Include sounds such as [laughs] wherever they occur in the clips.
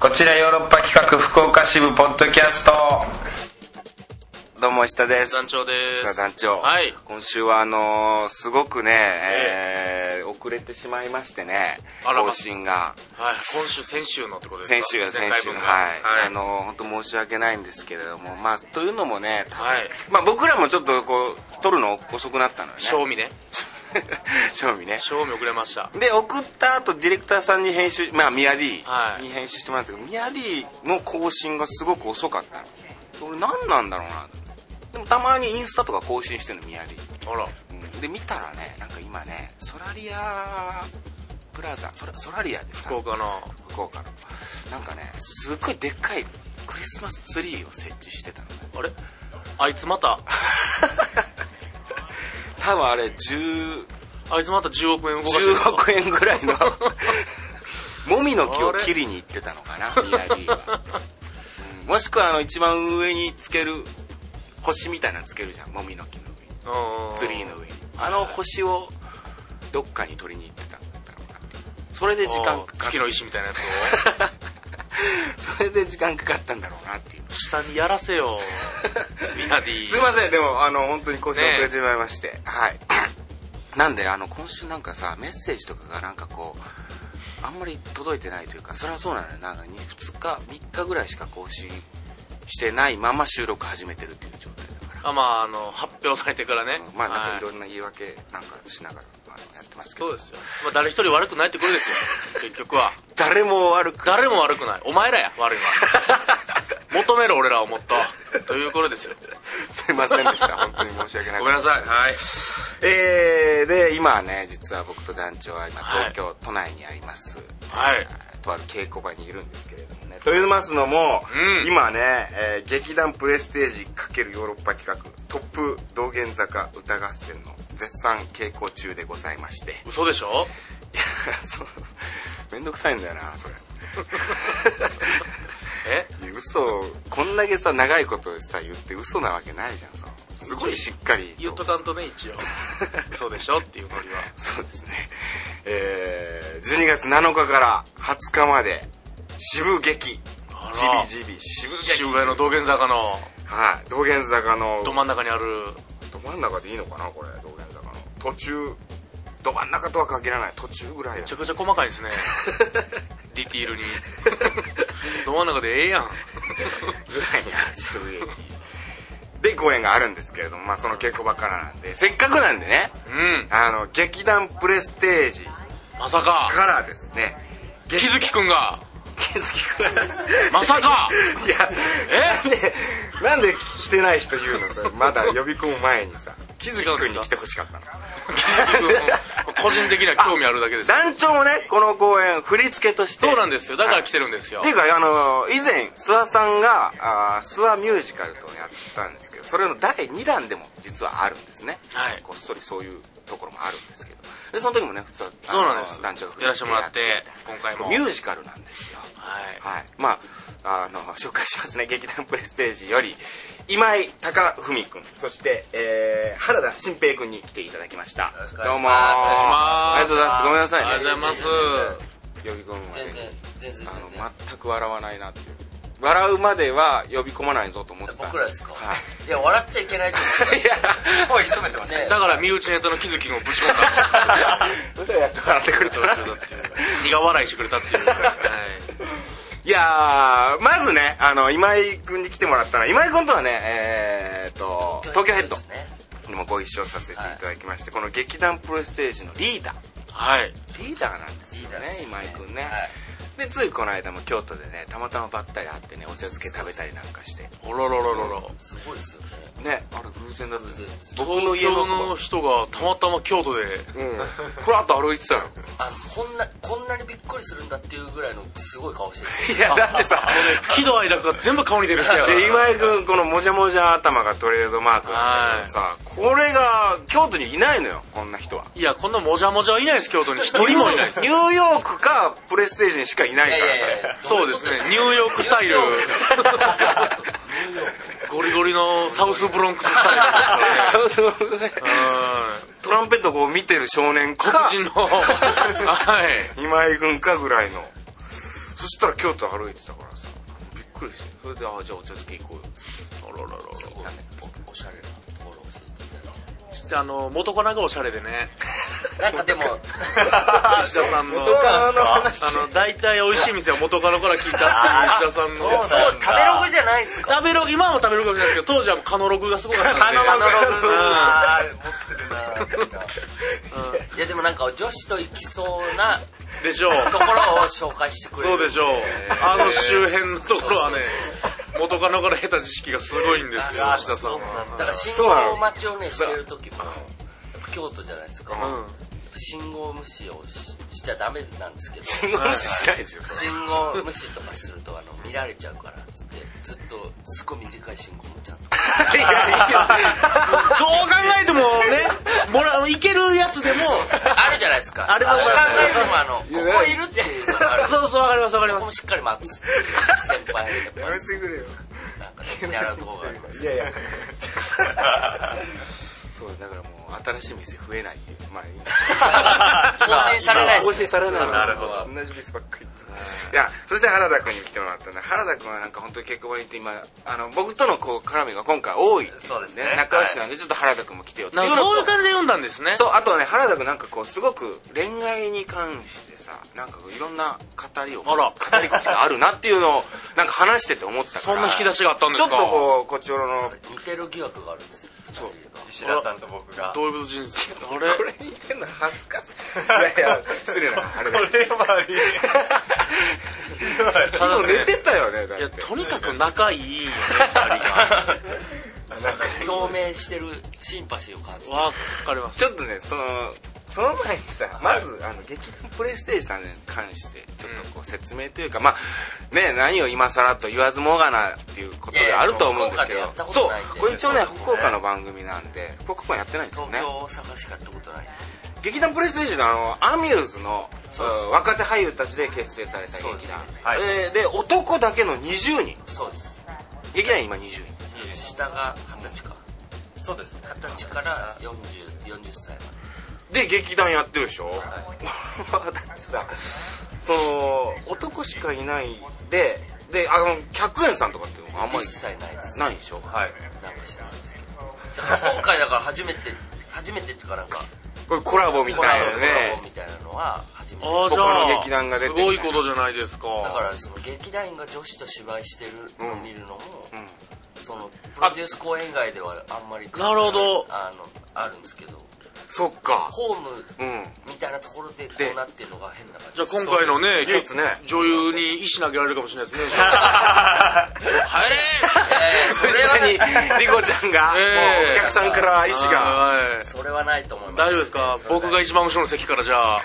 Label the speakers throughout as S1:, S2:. S1: こちらヨーロッパ企画福岡支部ポッドキャストどうも石田です
S2: 団長です
S1: さあ団長、
S2: はい
S1: 今週はあのーすごくね、えー遅れてしまいましてね
S2: あら
S1: 更新が
S2: はい、今週先週のってことですか
S1: 先週が
S2: 前
S1: 先
S2: 回
S1: 週は
S2: 分
S1: い
S2: が、
S1: あ
S2: はい、
S1: の本当申し訳ないんですけれどもまあというのもね、
S2: はい
S1: まあ、僕らもちょっとこう撮るの遅くなったのよね [laughs]
S2: 賞味ね
S1: 賞味ね
S2: 賞味遅れました
S1: で送った後ディレクターさんに編集まあミヤディ
S2: はい
S1: に編集してもらったんですけど、ミヤディの更新がすごく遅かったの俺何なんだろうなでもたまにインスタとか更新してるのミヤディ
S2: あら
S1: うんで見たらねなんか今ねソラリアプラザソラソラリアでさ
S2: 福岡の
S1: 福岡のなんかねすっごいでっかいクリスマスツリーを設置してたのね
S2: あれあいつまた
S1: 多分あれ10
S2: あいつまた10億円動かしてるんで
S1: 10
S2: すか
S1: 億円ぐら
S2: [laughs]
S1: いのもみの木を切りに行ってたのか
S2: [laughs]
S1: な宮城は、うんもしくはあの一番上につける星みたいなのつけるじゃんもみの木の上に
S2: うんうん
S1: ツリーの上にあの星をどっかに取りに行ってたんだろうなそれで時間
S2: あ
S1: か
S2: ー
S1: かっ
S2: 月の石みたいなや
S1: [laughs]
S2: つ
S1: それで時間かかったんだろうなっていう
S2: を下にやらせよ
S1: [laughs]
S2: ミナディ
S1: すいませんでもあの本当に更新遅れてしまいまして、はい [coughs] なんであの今週なんかさメッセージとかがなんかこうあんまり届いてないというかそれはそうなのよなんか 2, 日3日ぐらいしか更新してないまま収録始めてるっていう状態だから
S2: あまああの発表されてからね
S1: うんまあなんかい
S2: は
S1: ろんな言い訳なんかしながらあのやってますけ
S2: そう
S1: ど
S2: ですよ、まあ、誰一人悪くないってこ
S1: [laughs]
S2: とですよ結局は
S1: 誰も悪く [laughs]
S2: 誰も悪くないお前らや悪い [laughs] のは求める俺らをもっとということですよ
S1: すいませんでした本当に申し訳ない
S2: [laughs] ごめんなさいはい
S1: えー、で今はね実は僕と団長は今
S2: はい
S1: 東京、都内にあります
S2: はい
S1: とある稽古場にいるんですけれどもねと言いますのも、
S2: うん
S1: 今ね、えー劇団プレステージ×ヨーロッパ企画トップ道玄坂歌合戦の絶賛稽古中でございましてい
S2: 嘘でしょ
S1: やそうめんどくさいんだよなそれ
S2: え
S1: いや嘘をこんだけさ長いことさ言って嘘なわけないじゃんさすごいしっかり
S2: 言っとかんとね [laughs] 一応嘘でしょっていうノリは
S1: そうですね。えー、12月7日から20日まで、渋劇。
S2: あ
S1: ジ
S2: ら
S1: ビジビ、渋劇。
S2: 渋谷の道玄坂の
S1: はい。道玄坂の、
S2: ど
S1: ど
S2: 真ん中にある
S1: 真ん中でいいのかなこれ、道玄坂の。途中、ど真ん中とは限らない。途中ぐらいだ
S2: めちゃくちゃ細かい [laughs] ですねディティールにど真ん中でええやん
S1: ぐらいにある渋劇。で、公演があるんですけれども、まあその稽古場からなんで、せっかくなんでね、
S2: うん
S1: あの、劇団プレステージ
S2: まさか
S1: からですね、
S2: 木月くんが
S1: 気づきから。
S2: まさ [laughs] か
S1: [laughs] いや、えなんで、なんで来てない人言うのそれまだ呼び込む前にさ、木月君に来てほしかったの。
S2: 木月くん個人的には興味あるだけです
S1: 団長もね、この公演、振り付けとして。
S2: そうなんですよだから来
S1: て
S2: てるんですよ
S1: っていうか、あの、以前、諏訪さんが、あー諏訪ミュージカルとやったんですけど、それの第2弾でも実はあるんですね。
S2: はい
S1: こっそりそういうところもあるんですけど。で、その時もね、そう
S2: そうなんです
S1: 団長が
S2: やらせてもらって今回も
S1: ミュージカルなんですよ。
S2: はい
S1: はい、まああの紹介しますね劇団プレステージより今井貴文君そして、えー原田新平君に来ていただきました
S3: ろしくお
S1: どう
S3: 願いします
S1: もありがとうございますごめんなさいね
S2: ありがとうございます
S1: 呼び込むまで
S3: 全然全然全
S1: あ
S3: 然
S1: の全く笑わないなっていう笑うまでは呼び込まないぞと思ってた
S3: 僕らですか、、
S1: はい
S3: や笑っちゃいけないと
S1: い、いや
S3: 思う声潜めてましたね
S2: だから身内ネタの木月くんをぶち込ん
S1: [laughs]
S2: だ
S1: そしたらやっと笑ってくれたな
S2: 苦笑いしてくれたっていうはい
S1: いやーまずねあの今井君に来てもらったら今井君とはねえー、っと [laughs] 東京ヘッド
S3: ですね
S1: にもご一緒させていただきまして、この劇団プロステージのリーダー
S2: はい
S1: リーダーなんですよ
S3: リーダ
S1: ね
S3: ーですね
S1: 今井君ね、
S3: はい
S1: でついこの間も京都でねたまたまばったり会ってねお茶漬け食べたりなんかして
S2: おろろろろろ
S3: すごいですよね
S1: ねあれ偶然だった
S3: 偶然です
S1: 僕の家のそ
S2: 東京
S1: ば
S2: の人がたまたま京都で
S1: うんふらっと歩いてたよ
S3: あのこんなこんなにびっくりするんだっていうぐらいのすごい顔してる
S1: いやだってさ
S2: 喜怒哀楽が全部顔に出る人やから
S1: で今井君このもじゃもじゃ頭がトレードマークなんだけどさこれが京都にいないのよこんな人はい
S2: やこんなもじゃもじゃはいないです京都に一人もいないです
S1: ニューヨークかプレステージにしかいない
S3: い
S1: か
S3: や
S1: ら
S3: い
S1: さ
S3: やいや
S2: そうですねニューヨークスタイルゴリゴリのサウスブロンクススタイルですからね
S1: そうそうねトランペットこう見てる少年か
S2: [laughs]
S1: [laughs]
S2: うん黒人のはい
S1: 今井君かぐらいのそしたら京都歩いてたからさびっくりしてそれでああじゃあお茶漬け行こうよ
S2: あらららら
S3: すごいおおしゃれなところをずっといただい
S2: そ
S3: て
S2: してあの元カナがおしゃれで [laughs] ね
S3: なんかでも
S2: 石田さんの
S1: 元カノの話
S2: あの大体美味しい店は元カノから聞いたっていう石田さんの
S4: そうだ
S3: 食べログじゃないですか
S2: 食べログ今はも食べログかもしれないけど当時はもうカノログがすごかったんで
S4: カノログあ持ってるな
S3: うんいやでもなんか女子と行きそうな
S2: でしょう
S3: ところを紹介してくれ
S2: そ
S3: る
S2: うでしょうあの周辺のところはね
S3: そう
S2: 元カノから得た知識がすごいんですよ
S4: あ
S2: 石田さん
S4: そう
S2: は [laughs]
S4: なん
S3: だ
S4: だ
S3: から信号待ちをねしてる時も京都じゃないですか、
S2: うん
S3: 信号無視をししちゃダメなんですけど
S1: 信号無視しないでしょ
S3: 信号無視とかするとあの見られちゃうからっつってずっとすごい短い信号もちゃんと
S2: どう考えてもねもらいけるやつでも
S3: あるじゃないですか
S2: あります
S3: どう考えてもあのここいるっていうのがある
S2: そうそうわかりますわかり
S3: そ
S2: ま
S3: こ
S2: す
S3: もしっかり待つ先輩でやっぱり
S1: くれよ
S3: なんかね見習うとこがあります
S4: いやいや
S1: そうだからもう新しい店増えないっていう [laughs] まあいい
S3: 更新されない
S1: 更
S3: です
S1: 新されない
S4: なるほど
S1: [laughs] 同じミスばっかり言っていやそして原田君に来てもらったね原田君はなんか本当に結婚に行って今あの僕とのこう絡みが今回多い
S4: そうですね
S1: 仲良しなんでちょっと原田君も来てよってい
S2: な
S1: うんの
S2: か
S1: と
S2: そういう感じで読んだんですね
S1: そうあとね原田君なんかこうすごく恋愛に関してさなんかこういろんな語りを
S2: あら
S1: 語り口があるなっていうのをなんか話してて思ったか
S2: そ
S1: ら
S2: んな引き出しがあったんです
S1: ちょ
S2: か
S1: っとこうこちおろの
S3: 似てる疑惑があるんですよそう
S4: 石田さんと僕が
S2: どういうこと人生あれ
S1: これ言ってんの恥ずかしいいやいや失礼なあれだ
S4: これはあり
S1: 昨日寝てたよねだっ
S2: いや
S1: て
S2: とにかく仲いいよね
S3: 共鳴してるシンパシーを感じ
S2: 2
S3: て
S2: 人わかります
S1: ちょっとねそのその前にさまずあの劇団プレイステージさんに関してちょっとこう説明というか、まあね何を今更と言わずもがなっていうことであると思うんですけど
S3: いやいや福
S1: そう
S3: 岡でやったことないんで
S1: これ一応ね
S4: そうですね
S1: 福岡の番組なんで福岡やってないんですよ
S3: 東
S1: ね
S3: 京大阪しか行ったことない
S1: 劇団プレイステージのあのアミューズの
S3: そうです
S1: うん若手俳優たちで結成された
S3: そうで
S1: 劇
S3: すね
S1: 団
S4: はい
S1: えーで男だけの20人
S3: そうです
S1: 劇団員今20人
S3: 下が二十歳か
S4: そうですね
S3: 二十歳から40 40歳まで
S1: で劇団やってるでし [laughs] ょ、だってさその男しかいないでであの100円さんとかっていうのがあんま
S3: 一
S1: り
S3: 切ないです
S1: ないでしょ
S4: はい
S3: なんかしないですけどだから今回だから初めて初めてっていうかなんか
S1: これコラボみたい
S3: コラボ
S1: な
S3: み
S1: ね
S3: たいなのは初めて
S2: あ
S1: こ
S2: あじ
S1: この
S2: ゃあ
S1: 劇団が出て
S2: すごいことじゃないですか
S3: だからその劇団員が女子と芝居してるのを見るのも、
S1: ん
S3: そのプロデュース公演外ではあんまり
S2: なるほど
S3: あのあるんですけど
S1: そっか
S3: ホーム
S1: うん
S3: みたいなところでこうなってるのが変な感じ
S2: じゃあ今回のね
S1: 唯一ね
S2: 女優に石投げられるかもしれないですね入れ
S3: えー
S1: [laughs] それにリコちゃんが、
S2: ええ
S1: もうお客さんから意思が
S2: はい
S3: それはないと思います
S2: 大丈夫ですか僕が一番後ろの席からじゃあ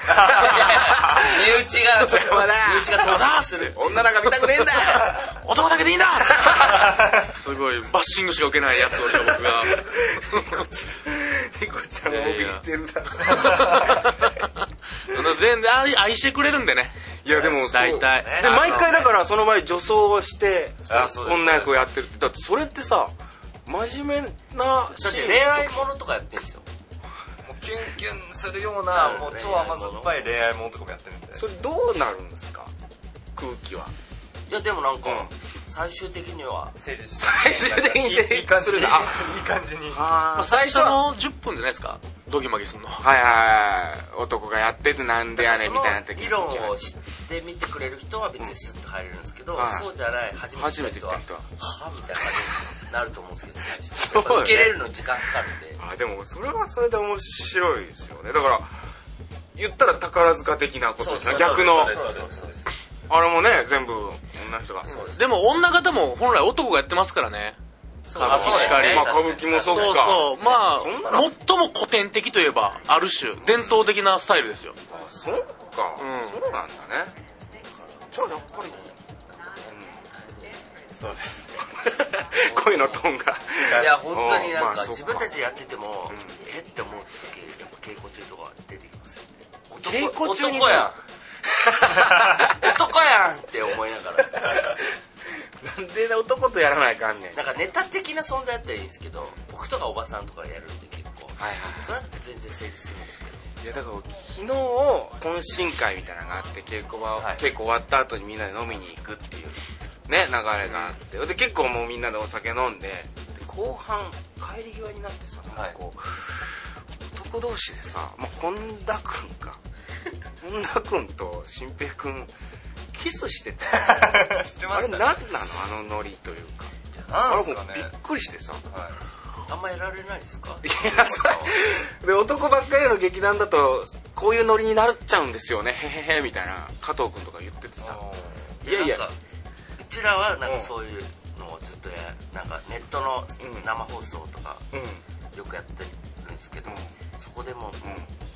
S3: 身内が身
S1: 邪魔だ
S3: 内が到達する
S1: 女なんか見たくねえん [laughs] だ
S2: 男だけでいいんだすごいバッシングしか受けないやつをじゃあ僕が
S1: リコちゃんも怯えてるだろ
S2: [laughs] 全然愛愛してくれるんでね
S1: いやでもそう
S2: 大体
S1: で毎回だからその場合女装をして
S4: あそうです
S1: 女役をやってるってだってそれってさ真面目な
S3: だっ
S1: シ
S3: て
S1: ーン
S3: 恋愛ものとかやってるんですよ
S4: もうキュンキュンするようなもう超甘酸っぱい恋愛ものとかもやってるんで
S1: それどうなるんですか空気はい
S3: やでもなんか、
S1: うん
S3: 最終的には
S4: 成立し
S1: 最終的に成立するなあ
S4: いい感じにいい感じに
S1: あ
S2: まあ最初の10分じゃないですかドギマギすんの
S1: はいはいはい男がやっててなんでやねん
S3: そ
S1: み
S3: の
S1: たいな時
S3: 議論を知ってみてくれる人は別にスッと入れるんですけど、
S1: はい
S3: そうじゃない初めて来
S1: 初
S3: た人は
S1: めて来た人は
S3: はみたいな感じになると思うんですけど
S1: そ
S3: 最
S1: う
S3: 初
S1: ね
S3: やっぱ受け入れるのに時間かかるんで
S1: あでもそれはそれで面白いですよねだから言ったら宝塚的なことですね逆の
S4: そうですそうです
S1: あれもね全部女の人が
S2: でも女方も本来男がやってますからね
S3: そう
S2: あそうですね
S1: まあ歌舞伎もそう
S2: そう
S1: か
S2: そうまあ
S1: そんなの
S2: 最も古典的といえばある種伝統的なスタイルですよ
S1: あそうか、
S2: うん
S1: そうなんだねじゃあやっぱり
S4: そうです
S1: 声のトーンが
S3: いや本当になん
S1: まあ
S3: か
S1: そうか
S3: 自
S1: [laughs]
S3: 分たちでやってても、えって思う時やっぱ稽古中とか出てきますよ
S1: 稽古中に
S3: 男やん男やんって思いながら
S1: なんで男とやらないかんねん
S3: なんかネタ的な存在だったらいいんですけど僕とかおばさんとかやるんで結構
S1: はいは
S3: それは全然成立するんですけど
S1: いやだから昨日懇親会みたいなのがあって稽古場を、
S4: はい
S1: 稽古終わった後にみんなで飲みに行くっていうね流れがあってで結構もうみんなでお酒飲んでで後半帰り際になってさなんかこう、男同士でさ、まあ、本田君 [laughs] か本田君と新平君キスしてた
S4: 知って
S1: あ
S4: ま
S1: れ何な
S4: した
S1: の
S4: ね
S1: あのノリというか
S4: なんですかね
S1: あれもうびっくりしてさ
S4: はい
S3: あんまやられないですか
S1: いやさで男ばっかりの劇団だとこういうノリになっちゃうんですよねへへへみたいな加藤君とか言っててさいやいや
S3: なんかうちらはなん
S1: う
S3: か
S1: ん
S3: そういうのをずっとやなんかネットの
S1: うん
S3: 生放送とか
S1: うん
S3: [laughs] よくやってるんですけど、
S1: うん
S3: そこでも、
S1: ん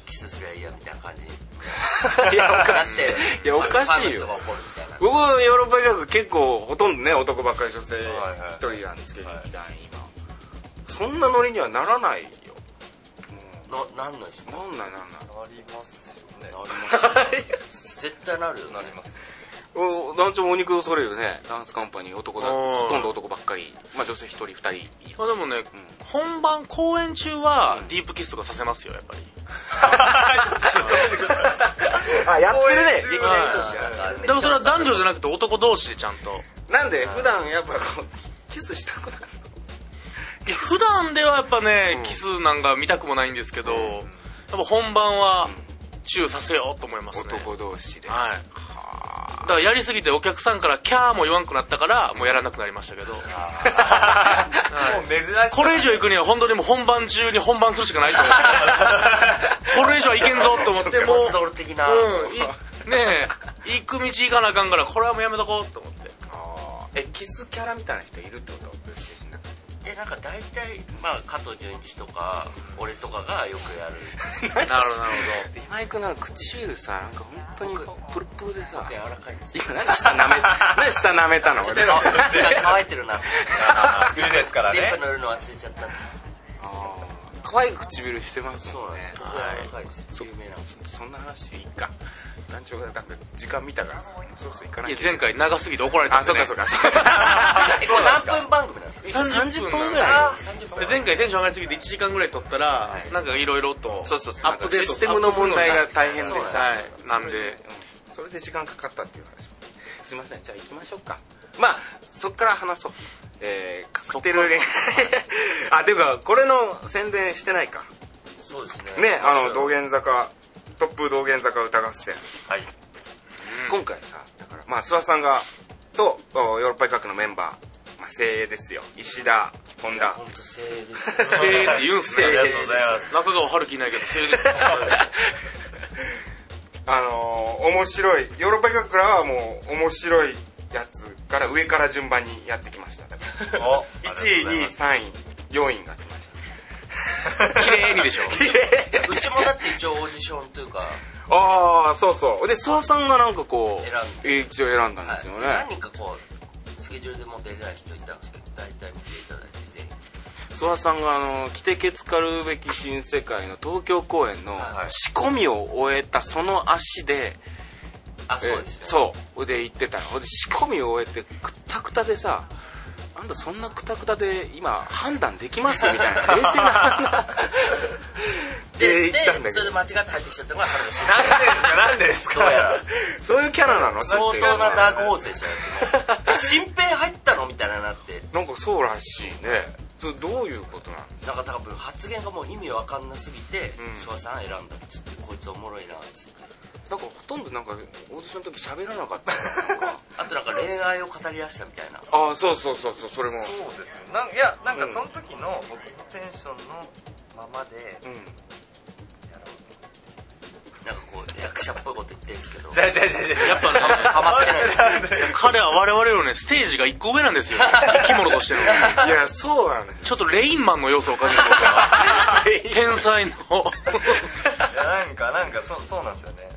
S3: キスすりゃいいやみたいな感じに
S1: いやおか
S3: なっ
S1: しい
S3: て
S1: いやおかしい
S3: ファン
S1: よ
S3: の人が怒るみたいな
S1: 僕のヨーロッパ企画結構ほとんどね男ばっかり女性
S4: はいはい
S1: 一人なんですけど劇団員はそんなノリにはならないよ
S3: のなんのですか
S1: もうなんないなんない
S4: なりますよね
S3: なります絶対なるよね
S4: なります
S1: お団長もお肉をそれるねダンスカンパニー男だ
S2: うん
S1: ほとんど男ばっかりまあ女性一人二人
S2: まあでもね、本番公演中はディープキスとかさせますよやっぱり
S1: [laughs] あやってるね
S4: 中
S1: 劇
S4: は
S1: 団員同士や
S3: なんか
S2: でもそれは男女じゃなくて男同士でちゃんと
S1: なんで普段やっぱこうキスしたくなる
S2: 普段ではやっぱね、
S1: うん
S2: キスなんか見たくもないんですけど、やっぱ本番はチューさせようと思いますね
S1: 男同士で
S2: はいだからやりすぎてお客さんからキャーも言わんくなったからもうやらなくなりましたけど、はい
S4: もう珍しい
S2: これ以上行くには本当にもう本番中に本番するしかないと思ってこれ以上はいけんぞと思ってもう
S3: 活動的な、
S2: うんいねえ行く道行かなあかんからこれはもうやめとこうと思って
S1: あーえキスキャラみたいな人いるってことプレイステーションの中で
S3: えなんか大体、まあ、加藤純一とか俺とかがよくやる
S2: なるほどなるほど
S1: で今井君なんか唇さなんか本当にこうプルプルでさ
S3: 僕柔らかいんですよ
S1: 今何下 [laughs] 舐め何下舐めたの
S3: ちょっと
S1: 俺あ
S3: 乾いてる
S1: [laughs]
S3: な
S4: あー冬ですからね
S3: 電波乗るの忘れちゃった
S1: ー可愛い唇してます
S3: そう
S1: も
S3: なん
S1: ん
S3: で
S1: ね
S3: す僕柔らかいです
S1: そ
S3: 有名なんです
S1: そんな話いいか団長がなんか時間見たからさそろそろ行かないき
S2: や
S1: ゃ
S2: 前回長すぎて怒られた
S1: あ
S2: んで、
S1: そっ
S2: ね、
S1: かそっか
S3: えこれ何分番組なんです
S1: [laughs]
S3: か
S1: 一応30分ぐらい
S2: あ
S3: 30分
S2: で前回テンション上がりすぎて1時間ぐらい撮ったら、なんかいろいろと
S1: そうそうそう
S2: アップデート
S1: システムの問題が大変でさ
S2: そうはいなんで
S1: うんそれで時間かかったっていう話もすいませんじゃあ行きましょうかまあそっから話そうえー、カクテル恋愛 [laughs] あていうかこれの宣伝してないか
S3: そうですね
S1: ねあの道玄坂トップ道玄坂歌合戦、
S4: はい
S1: 今回さだからまあ諏訪さんがとおヨーロッパ企画のメンバー、まあ、精鋭ですよ石田本田
S3: 本当精鋭ですよ
S2: 精鋭って言うんすね
S1: 精鋭です
S2: ありがとうございます中川春樹いないけど精鋭です
S1: あのー面白いヨーロッパ企画からはもう面白いやつから上から順番にやってきましただから
S4: お
S1: 1位2位3位4位が来ました
S2: 綺麗にで
S1: [laughs]
S2: しょ
S3: [laughs] うちもだって一応オーディションというか
S1: ああそうそうで諏訪さんがなんかこう
S3: 選
S1: 一応選んだんですよね、
S3: 何人かこうスケジュールでも出れない人いたんですけど大体見ていただいて全員
S1: 諏訪さんがあの「着てけつかるべき新世界」の東京公演の
S3: はい
S1: 仕込みを終えたその足で
S3: あそうです
S1: えー
S3: ね
S1: そうで行ってたのほんで仕込みを終えてくったくたでさあんたそんなくたくたで今判断できますみ
S3: [laughs]
S1: たいな冷静な判断で
S3: で
S1: 行ったんだ
S3: で
S1: け
S3: それで
S1: ど
S3: 間違って入ってきちゃったのが原田
S1: [laughs]
S3: 真
S4: なんでですかなんでですか
S1: そういうキャラなの
S3: 相当なダーク
S1: ホ
S3: ホースでしたよでも新兵入ったのみたいななって
S1: なんかそうらしいねそれどういうことなの
S3: なんか多分発言がもう意味わかんなすぎて
S1: ん
S3: 諏訪、さん選んだっつってこいつおもろいなっつって
S1: なんかほとんどなんかオーディションの時喋らなかった
S3: あとなんか恋愛を語り出したみたいな
S1: [laughs] ああそうそうそうそうそれも
S4: そうですよなんいやなんかその時の僕のテンションのままで
S1: うん
S4: やろう
S3: なんかこう役者っぽいこと言ってるんですけ
S1: [laughs]
S3: ど
S4: とじゃあじゃあじゃあじゃあ
S2: やっぱね
S3: ハマってないです
S2: 彼は我々よりねステージが一個上なんですよ [laughs] 生き物としての
S1: いやそうなのよ
S2: ちょっとレインマンの要素を感じる僕は天才の
S4: いやなんかなんかそうそうなんですよね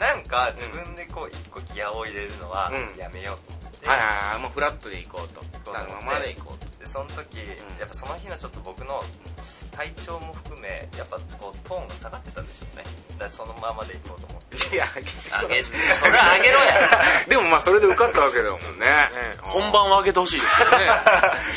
S4: なんか自分でこう一個ギアを入れるのは
S1: うん
S4: やめようと思って、
S1: はいはいはいもうフラットで行こうと
S4: そう
S1: あ
S4: だ
S1: の
S4: ね
S1: ままで行こうと
S4: でその時やっぱその日のちょっと僕の体調も含めやっぱこうトーンが下がってたんでしょうねだからそのままでいこうと思って
S1: いや
S3: あげそれはあげろ
S1: [laughs]
S3: や
S1: でもまあそれで受かったわけだも [laughs] んね
S2: ね本番を上げてほしい [laughs] です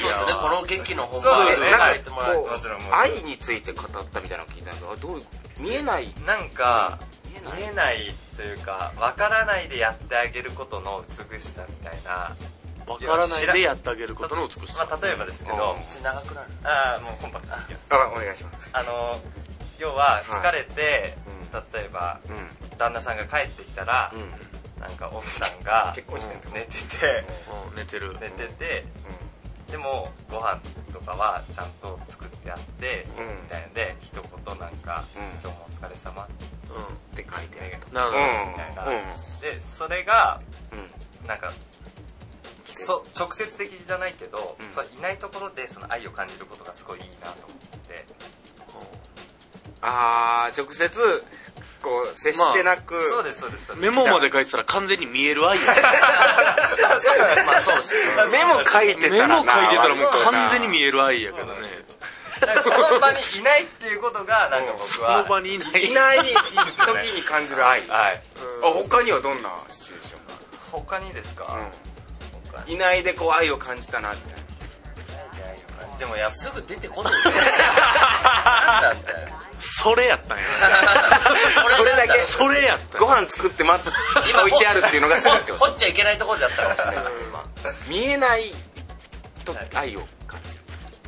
S2: よね
S3: そうですねこの劇の本
S1: そう
S3: 番
S1: で
S3: ですね
S1: ね
S3: 書
S1: ないん
S3: て
S1: か
S3: もらえて
S1: こ
S4: もちろ
S1: う
S4: んもちろん
S1: 愛について語ったみたいなの聞いたんだけどあどういうこと見えない
S4: なんか
S1: 見
S4: 見
S1: えない
S4: えないというかわからないでやってあげることの美しさみたいな
S2: わからないでやってあげることの美しさ
S4: まあ、例えばですけど、
S1: うん
S3: それ長くなる
S4: あーもうコンパクトにいきます
S1: あお願いします
S4: あの要は疲れて、
S1: は
S4: 例えば
S1: うんうん
S4: 旦那さんが帰ってきたら、なんか奥さんが
S1: 結婚してんの
S4: 寝てて
S2: うん寝てる
S4: 寝ててでもご飯とかはちゃんと作ってあって、
S1: うん
S4: みたいので一言なんか、
S1: うん
S4: 今日もお疲れ様
S2: う
S1: って書いてある
S2: んなる
S1: う
S2: ほど
S1: ん
S4: みたいな、
S1: う
S4: でそれが
S1: んうん
S4: なんかそ直接的じゃないけど、
S1: うん
S4: そういないところでその愛を感じることがすごいいいなと思って
S1: ああ直接こう接してなく、
S4: そうですそうですそうです
S2: メモまで書いてたら完全に見える愛や
S1: [laughs]
S3: まあそうですね
S1: メモ書いて
S2: [laughs] メ
S1: たら
S2: モ書いてたらもう完全に
S1: え
S2: 見える愛やけどね
S4: なんかその場にいないっていうことがなんか
S2: そ
S4: 僕は
S2: の場にいない
S1: いない
S4: すよね
S1: 時に感じる愛、あ
S4: はい
S1: 他にはどんなシチュエーションが
S4: 他にですか、他に
S1: いないでこう愛を感じたなみたいな
S4: でもやっ
S3: すぐ出て
S1: [laughs]
S3: こないよ何なんだよ
S2: それやったんや
S1: それだけ
S2: それやったん
S1: ご
S2: や
S1: 飯作って待って置いてあるっていうのがすごいってこ
S3: 掘 [laughs]
S1: と
S3: っちゃいけないところだったかもしれないですね今
S1: 見えないと愛を感じる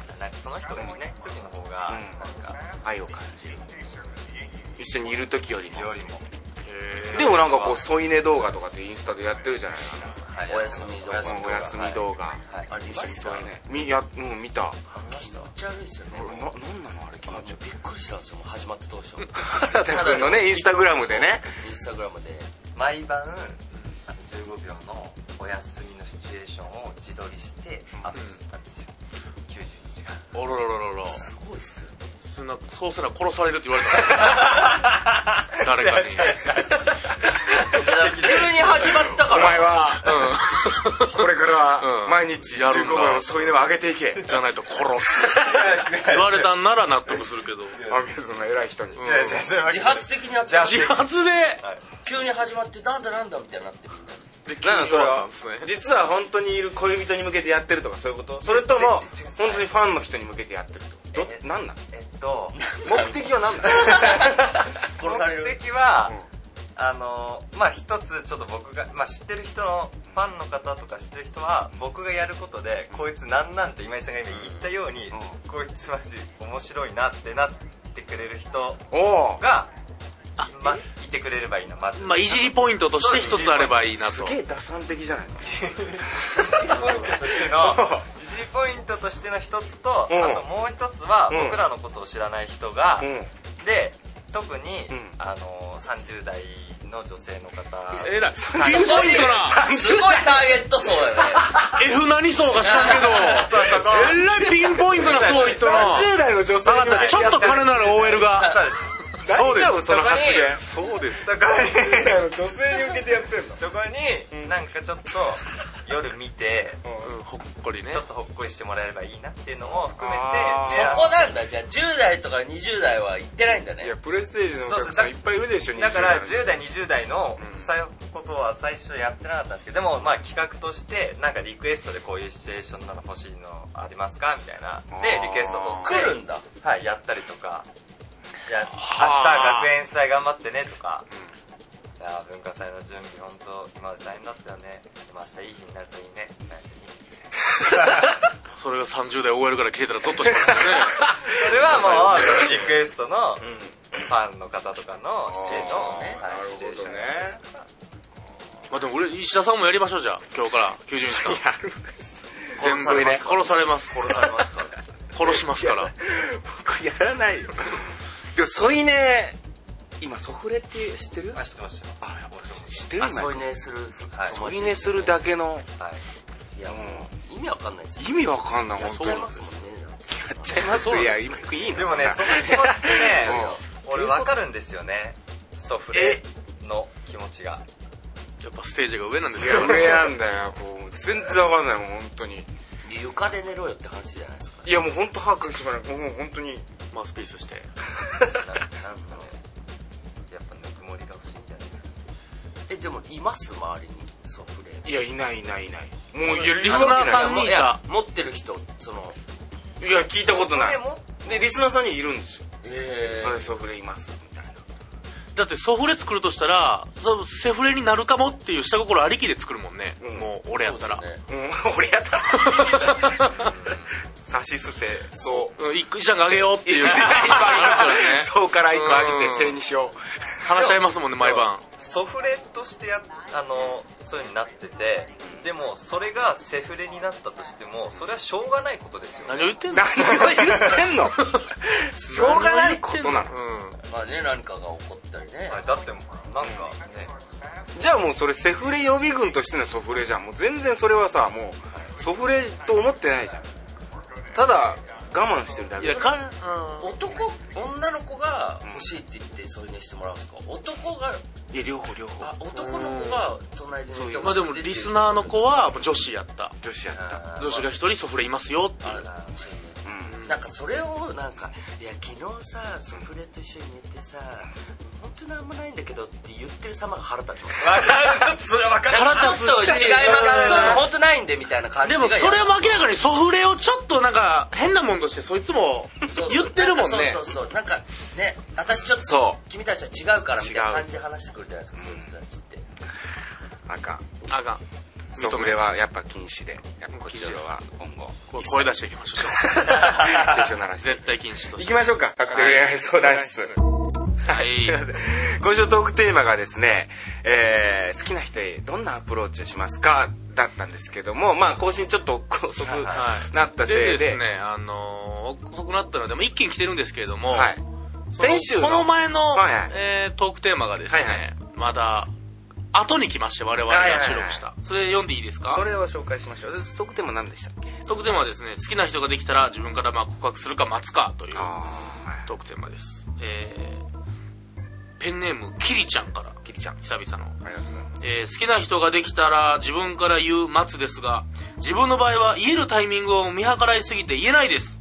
S4: ぱなんかその人がいない時の方が
S1: うん
S4: なんか
S1: 愛を感じる一緒にいる時よりも
S4: よりも、
S2: へ
S1: でもなんかこう添い寝動画とかってインスタでやってるじゃない
S4: はい
S3: お休み動画
S4: お
S1: かな
S4: 休み
S1: お休み動画
S4: はい
S3: ありま
S1: 一緒に
S3: した
S1: 添い寝みやうん見た
S4: ありました
S3: めっちゃ悪いですよね
S1: 俺ななんなのあれ気
S3: あ
S1: 持
S3: ち
S1: ち
S3: ょ
S1: よ
S3: びっくりしたんですよもう始まった当初
S1: 原田君のねインスタグラムでね
S3: インスタグラムで
S4: 毎晩あの15秒のお休みのシチュエーションを自撮りしてアップしてたんですよ、92時間
S2: あららららら
S3: すごいっすよね
S2: そんなそうせな殺されるって言われた
S4: [laughs]
S2: 誰かに
S3: 急に始まった
S1: お
S3: から
S1: 前はこれから
S2: う
S1: は
S2: ん
S1: 毎日
S2: や
S1: 15
S2: るんだ
S1: 秒添い寝を上げていけ
S2: うんじゃないと殺
S1: [laughs]
S2: す言われたんなら納得するけど
S1: あげずの偉い人に
S2: ん
S4: 違う違うそういうわけ
S3: 自
S4: じゃない
S3: 発的にやって
S4: じゃあ
S2: 自発で
S3: 急に始まってなんだなんだみたいになってみんな
S1: なのそれ
S2: 終わった
S1: は
S2: んですね
S1: 実は本当にいる恋人に向けてやってるとかそういうことそれとも
S4: 全然違う
S1: 本当にファンの人に向けてやってるってこと
S4: え
S1: どなんなん
S4: えっと
S1: 目的は何な
S3: 殺される
S4: 目的は、あのまあ一つちょっと僕が、まあ、知ってる人のファンの方とか知ってる人は僕がやることでこいつなんなんて今井さんが今言ったように、
S1: う
S4: こいつマジ面白いなってなってくれる人
S1: の [laughs] おお
S4: が、ま、いてくれればいいなまず、
S2: まあいじりポイントとして一つあればいいな
S1: す
S2: と
S1: げえ打算的じゃないの
S4: としての [laughs] いじりポイントとしての一つと、
S1: うん
S4: あともう一つは、
S1: うん
S4: 僕らのことを知らない人が、
S1: うん
S4: で特に、
S1: うん
S4: あの30代の女性の方
S2: えらいピンポイン
S3: すごい
S2: トな
S3: すごいターゲット層だよね
S2: F 何層か知らんけど
S4: そうそうそう
S2: えらいピンポイントな層いったな
S1: 30代の女性に
S2: あなたちょっと金のある OL が
S4: そうです
S1: そうです
S4: 大丈夫
S1: その発言
S2: そうです
S4: そこに
S1: 30代の女性に向けてやってんの
S4: そこになんかちょっと夜見て
S2: うんほっこりね
S4: ちょっとほっこりしてもらえればいいなっていうのも含めて
S1: あー
S3: そこなんだじゃあ10代とか20代は行ってないんだね
S1: いやプレステージのお客さんいっぱいいるでしょ
S4: だから10
S1: 20
S4: 代20代のそういうことは最初やってなかったんですけどでもまあ企画としてなんかリクエストでこういうシチュエーションなの欲しいのありますかみたいな
S1: あー
S4: でリクエスト取って
S3: 来るんだ
S4: はいやったりとかいや
S2: はあ
S4: 明日学園祭頑張ってねとかいや文化祭の準備本当今まで大変だったよねでも明日いい日になるといいねナイスに
S2: それが30代 OL から消えたらゾッとし
S4: [laughs]
S2: ますね
S4: それはもうリクエストのファンの方とかの指定の
S1: ねなる
S4: はいシチュエーシ
S1: ほ
S4: ョ
S1: ど
S4: ン
S1: ね
S2: まあでも俺石田さんもやりましょうじゃあ今日から90日間
S1: やる
S2: 全部殺されます
S4: 殺されますから
S2: 殺しますから
S1: 僕やらないよでも添い寝今ソフレって知ってる
S4: あ知ってます知ってます
S1: あやっぱ知ってる
S3: あ
S1: 今
S3: 添い寝する
S4: はい
S1: 添い寝するだけの
S4: はい
S3: いやもう意味わかんないですよ
S1: 意味わかんない
S3: やっ
S1: 本
S3: ち
S1: 当
S3: ゃ
S1: に
S3: い
S1: や
S3: ま
S1: っ
S3: すもんねだって
S1: ちゃいますいや今いいの
S4: でもねそ
S1: そん
S4: の
S1: な
S4: 気持ちね
S1: うん
S4: 俺分かるんですよねソフレの気持ちが
S2: やっぱステージが上なんです
S1: い
S2: よ
S1: や上なんだよもう全然わかんないもん本当に
S3: いや床で寝ろよって話じゃないですか
S1: いやもう本当把握してもらえないもう本当に
S2: マウスピースして
S4: なんなんですかねやっぱぬくもりが欲しいんじゃないですか
S3: えでもいます周りにソフレ
S1: いやいないいないいないもういや
S2: リスナーさん
S1: い
S2: に
S3: いや持ってる人その
S1: や聞いたことない
S4: そこでも
S1: でリスナーさんにいるんですよ
S3: え
S1: あれソフレいますみたいな
S2: だってソフレ作るとしたらそセフレになるかもっていう下心ありきで作るもんね、
S1: うん
S2: もう俺やったら
S3: そうですね
S1: うん、俺やったら差しすせそう
S2: うん一個一社があげようって
S1: い
S2: いう
S1: や
S2: あるから [laughs] ね
S1: そうから一個あげ
S2: うん
S1: て正にしよ
S2: 話し合いますもんね毎晩
S4: ソフレとしてやあのそういう風になっててでもそれがセフレになったとしてもそれはしょうがないことですよ
S2: 何を
S4: ね
S2: 言って
S1: うん
S2: の
S1: 何を言ってんの
S2: [laughs]
S1: しょうがないことなの
S2: うん
S3: まあね何かが起こったりね
S4: あれだってなんかね
S1: じゃあもうそれセフレ予備軍としてのソフレじゃんもう全然それはさもうソフレと思ってないじゃんただ我慢してるだ
S2: い
S1: け
S2: や
S1: じゃん
S2: か、うん
S3: 男女の子が欲しいって言って添い寝してもらうんですか男が
S1: いや両方両方
S3: あ男の子が隣で寝て
S2: ま
S3: ほ
S2: あ
S3: し
S2: で
S3: くて
S2: も
S3: っていう
S2: リスナーの子はもう女子やった
S1: 女子やった
S4: あー
S2: 女子が一人ソフレいますよっていう
S3: あそうよね
S1: うん
S3: なんかそれをなんか「いや昨日さソフレと一緒に寝てさ本当なんもないんだけど」って言ってる様が腹立ちます
S4: わかるちょっとそれは分かる
S3: なんかちょっと違いますそういうの本当ないんでみたいな感じ
S2: で
S3: が
S2: もそれも明らかにソフレをちょっとなんか変なもんとしてそいつも
S3: そうそう
S2: 言ってるもんね
S3: そうそうそうなんかね私ちょっと
S1: そ
S3: 君たちは違うからみたいな
S1: 違う
S3: 感じで話してくるじゃないですかそういう人たちって
S1: あかん
S2: あかん
S1: ソフレはやっぱ禁止でやっぱこちらは今後
S2: こう声出していきましょ
S1: 警鐘鳴ら
S2: う
S1: して
S2: 絶対禁止と
S1: 行
S2: し
S1: き
S2: て
S1: ましょうか各恋愛相談室
S2: はい
S1: すいません [laughs] 今週のトークテーマがですね、えー好きな人へどんなアプローチをしますかだったんですけども、まあ、更新ちょっと遅くなったせ
S2: で
S1: い
S2: で
S1: で、
S2: すねあのー遅くなったのでもう一気に来てるんですけれども、
S1: はい、
S2: その
S1: 先週の
S2: この前の、
S1: はいはい
S2: えートークテーマがですね、
S1: はいはい
S2: まだ後に来まして我々が収録した、
S1: は
S2: それ読んでいいですか
S1: それを紹介しましょうトークテーマ何でしたっけ
S2: トークテーマはですね好きな人ができたら自分からまあ告白するか待つかという
S1: ああ、はい、
S2: トークテーマですえーペンネームキリちゃんから
S1: キリちゃんあ
S2: 久々の、
S1: りがとうございます
S2: えー好きな人ができたら自分から言う待つですが自分の場合は言えるタイミングを見計らいすぎて言えないです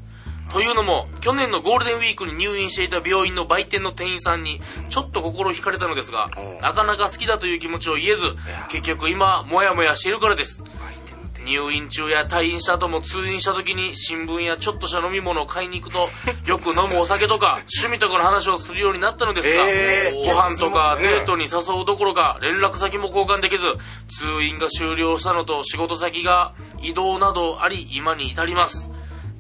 S2: というのも去年のゴールデンウィークに入院していた病院の売店の店員さんにちょっと心惹かれたのですが
S1: おう
S2: なかなか好きだという気持ちを言えず
S1: や
S2: 結局今モヤモヤしているからです
S1: 相手の手
S2: 入院中や退院した後も通院した時に新聞やちょっとした飲み物を買いに
S1: [laughs]
S2: 行くとよく飲むお酒とか趣味とかの話をするようになったのですが、
S1: えー
S2: ご飯とか
S1: そうですね
S2: デートに誘うどころか連絡先も交換できず通院が終了したのと仕事先が移動などあり今に至ります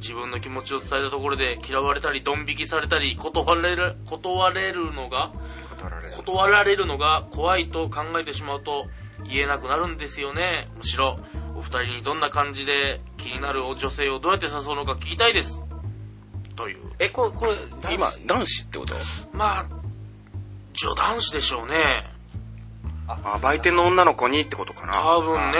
S2: 自分の気持ちを伝えたところで嫌われたりドン引きされたり断れる断れるのが
S1: 断られる
S2: 断られるのが怖いと考えてしまうと言えなくなるんですよねむしろお二人にどんな感じで気になる女性をどうやって誘うのか聞きたいですという
S1: えこれこれ今
S3: 今
S1: 男子ってこと
S2: まあ女男子でしょうね
S1: あ売店の女の子にってことかな
S2: 多分ね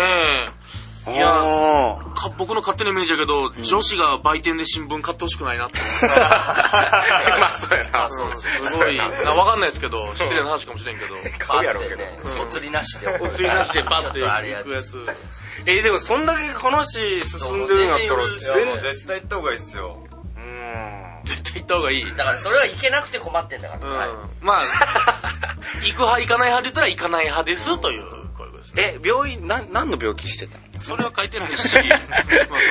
S1: い
S2: いや
S1: や
S2: か僕の勝手なイメージだけど、女子が売店で新聞買ってほしくないなって
S1: [laughs] まあそうやな
S3: そうです
S2: 思うすご
S3: [laughs]
S2: いな分かんないですけど失礼な話かもしれんけど
S1: 買
S3: パ
S1: うや
S3: ッ
S1: ろう
S3: て
S1: けど
S3: ねお釣りなしでお
S2: お釣りなしでパ
S3: ちょ
S2: ッ
S3: ってとあれや
S2: 行
S3: つ
S2: くやつ
S1: えでもそんだけ話進んでるんやったら
S3: そう
S1: 全
S4: いやもう
S1: 然
S4: 絶対行った方がいいっすよ
S1: う
S2: 絶対行った方がいい
S3: だからそれはいけなくて困ってんだから、はい
S2: うんまあ、 [laughs] 行く派行かない派で言ったら行かない派ですという、こういうことですね。
S1: ーんえ病院な何の病気してたの
S2: それは書いてない [laughs] し、まあ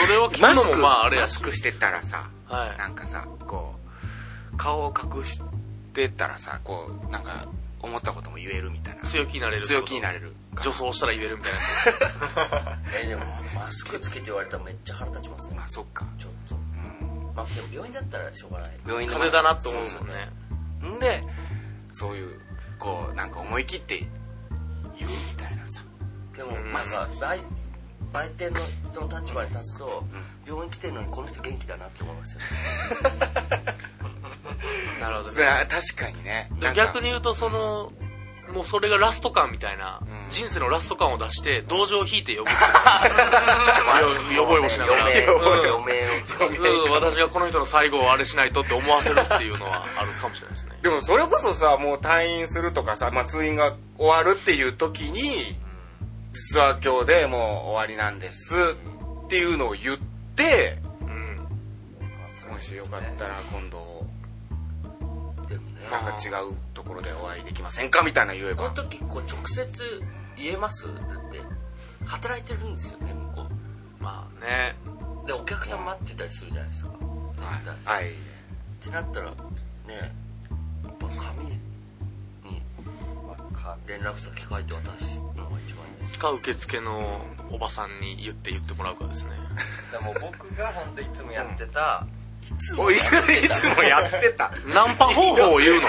S2: それを聞
S1: マ
S2: くの
S1: スク
S2: もまああれや
S1: マ
S2: し
S1: ス。クしてたらさ、
S2: はい
S1: なんかさこう顔を隠してたらさこうなんか思ったことも言えるみたいな
S2: 強気になれる。
S1: 強気になれる
S2: 女装したら言えるみたいな。
S3: えでもマスクつけて言われたらめっちゃ腹立ちますね
S1: まあそっか、
S3: ちょっとまあでも病院だったらしょうがない
S1: 病院の
S2: 風邪だなって思うも
S1: ん
S2: んね。
S1: でそういうこうなんか思い切って言うみたいなさ
S3: でも、
S2: ん
S3: まあまあ売売店の人の立場に立つと、病院来てるのにこの人元気だなって思いますよ
S2: なるほどね。
S1: あ確かにねなんか
S2: 逆に言うと、その、もうそれがラスト感みたいな、
S1: うん
S2: 人生のラスト感を出して、同情を引いて呼ぶ。 [laughs] よよぼよぼしながら。
S3: 余命
S2: うん
S3: 余命を使う
S2: うん私がこの人の最後をあれしないとって思わせるっていうのはあるかもしれないですね。
S1: でもそれこそさもう退院するとかさ、まあ、通院が終わるっていう時に実は今日でもう終わりなんですっていうのを言って
S2: うん。
S1: もしよかったら今度
S3: でもね
S1: なんか違うところでお会いできませんかみたいな言え
S3: この
S1: ば
S3: 時こう直接言えますだって働いてるんですよね向こ
S2: まあね。
S3: うでお客さん待ってたりするじゃないですか絶対っ
S1: はい
S3: てなったらねやっぱ紙にあ連絡先書いて渡すのが一番いいです
S2: か受付のおばさんに言って言ってもらうかですね [laughs]
S4: でも僕が本当いつもやって [laughs] た、
S1: おいいつもやってた
S2: ナンパ方法を
S1: [laughs]
S2: 言うの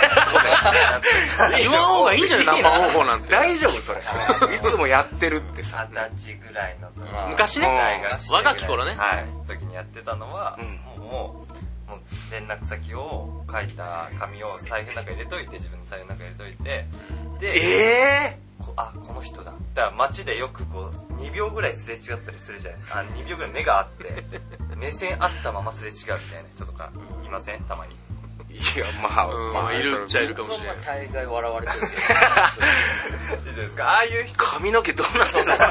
S2: 言わん方がいいんじゃないナンパ方法なんて
S1: 大丈夫それいつもやってるってさ
S4: 二十歳ぐらいのとか
S2: 昔ね
S4: 大学生ぐらい
S2: 若き頃ね
S4: はい時にやってたのは、
S1: うん
S4: もうもうもう連絡先を書いた紙を財布の中に入れといて自分の財布の中に入れといてで
S1: ええ
S4: こあこの人だだから街でよくこう2秒ぐらいすれ違ったりするじゃないですかあ2秒ぐらい目が合って目線あったまますれ違うみたいな人とかいませんたまに
S1: いやまあ
S2: うん
S1: まあ
S2: いるっちゃいるかも
S3: 僕
S2: しれな
S3: はいまあ大概笑われてる
S2: [laughs]
S3: けど
S4: いいじゃないですかああいう人
S1: 髪の毛どうなって
S3: そうそう
S1: た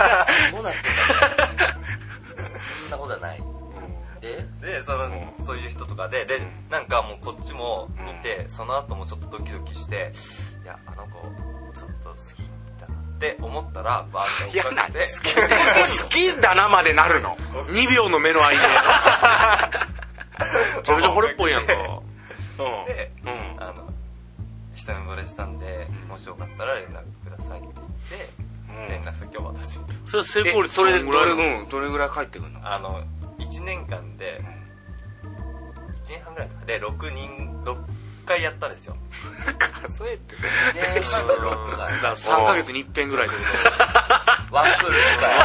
S3: どうなってたそんなことはないで
S4: でその、
S1: う
S4: そういう人とかででなんかもうこっちも見て、その後もちょっとドキドキしていやあの子ちょっと好きだなって思ったらバー
S1: い
S4: ッて
S1: や
S4: 追っ
S1: な
S4: か
S1: ん
S4: けて
S1: で好き好きだなまでなるの
S2: 2秒の目
S1: [laughs]
S2: の間めちゃめちゃ惚れっぽいやんか
S1: うん
S4: [laughs] で
S1: うん
S4: あの一目惚れしたんでもしよかったら連絡くださいって言って、連絡先を渡すみたいな
S2: それ成功
S1: え
S2: 率
S1: それで
S2: ぐ
S1: ど
S2: ら
S1: れ,、
S2: いなの
S1: うん、どれぐらい帰ってくるの
S4: あの1年間で1年半ぐらいかで6人6回やったんですよ
S1: [laughs] 数えて
S3: ね
S1: [laughs]
S2: うんだから3ヶ月に1遍ぐらいってこと
S3: ワンクール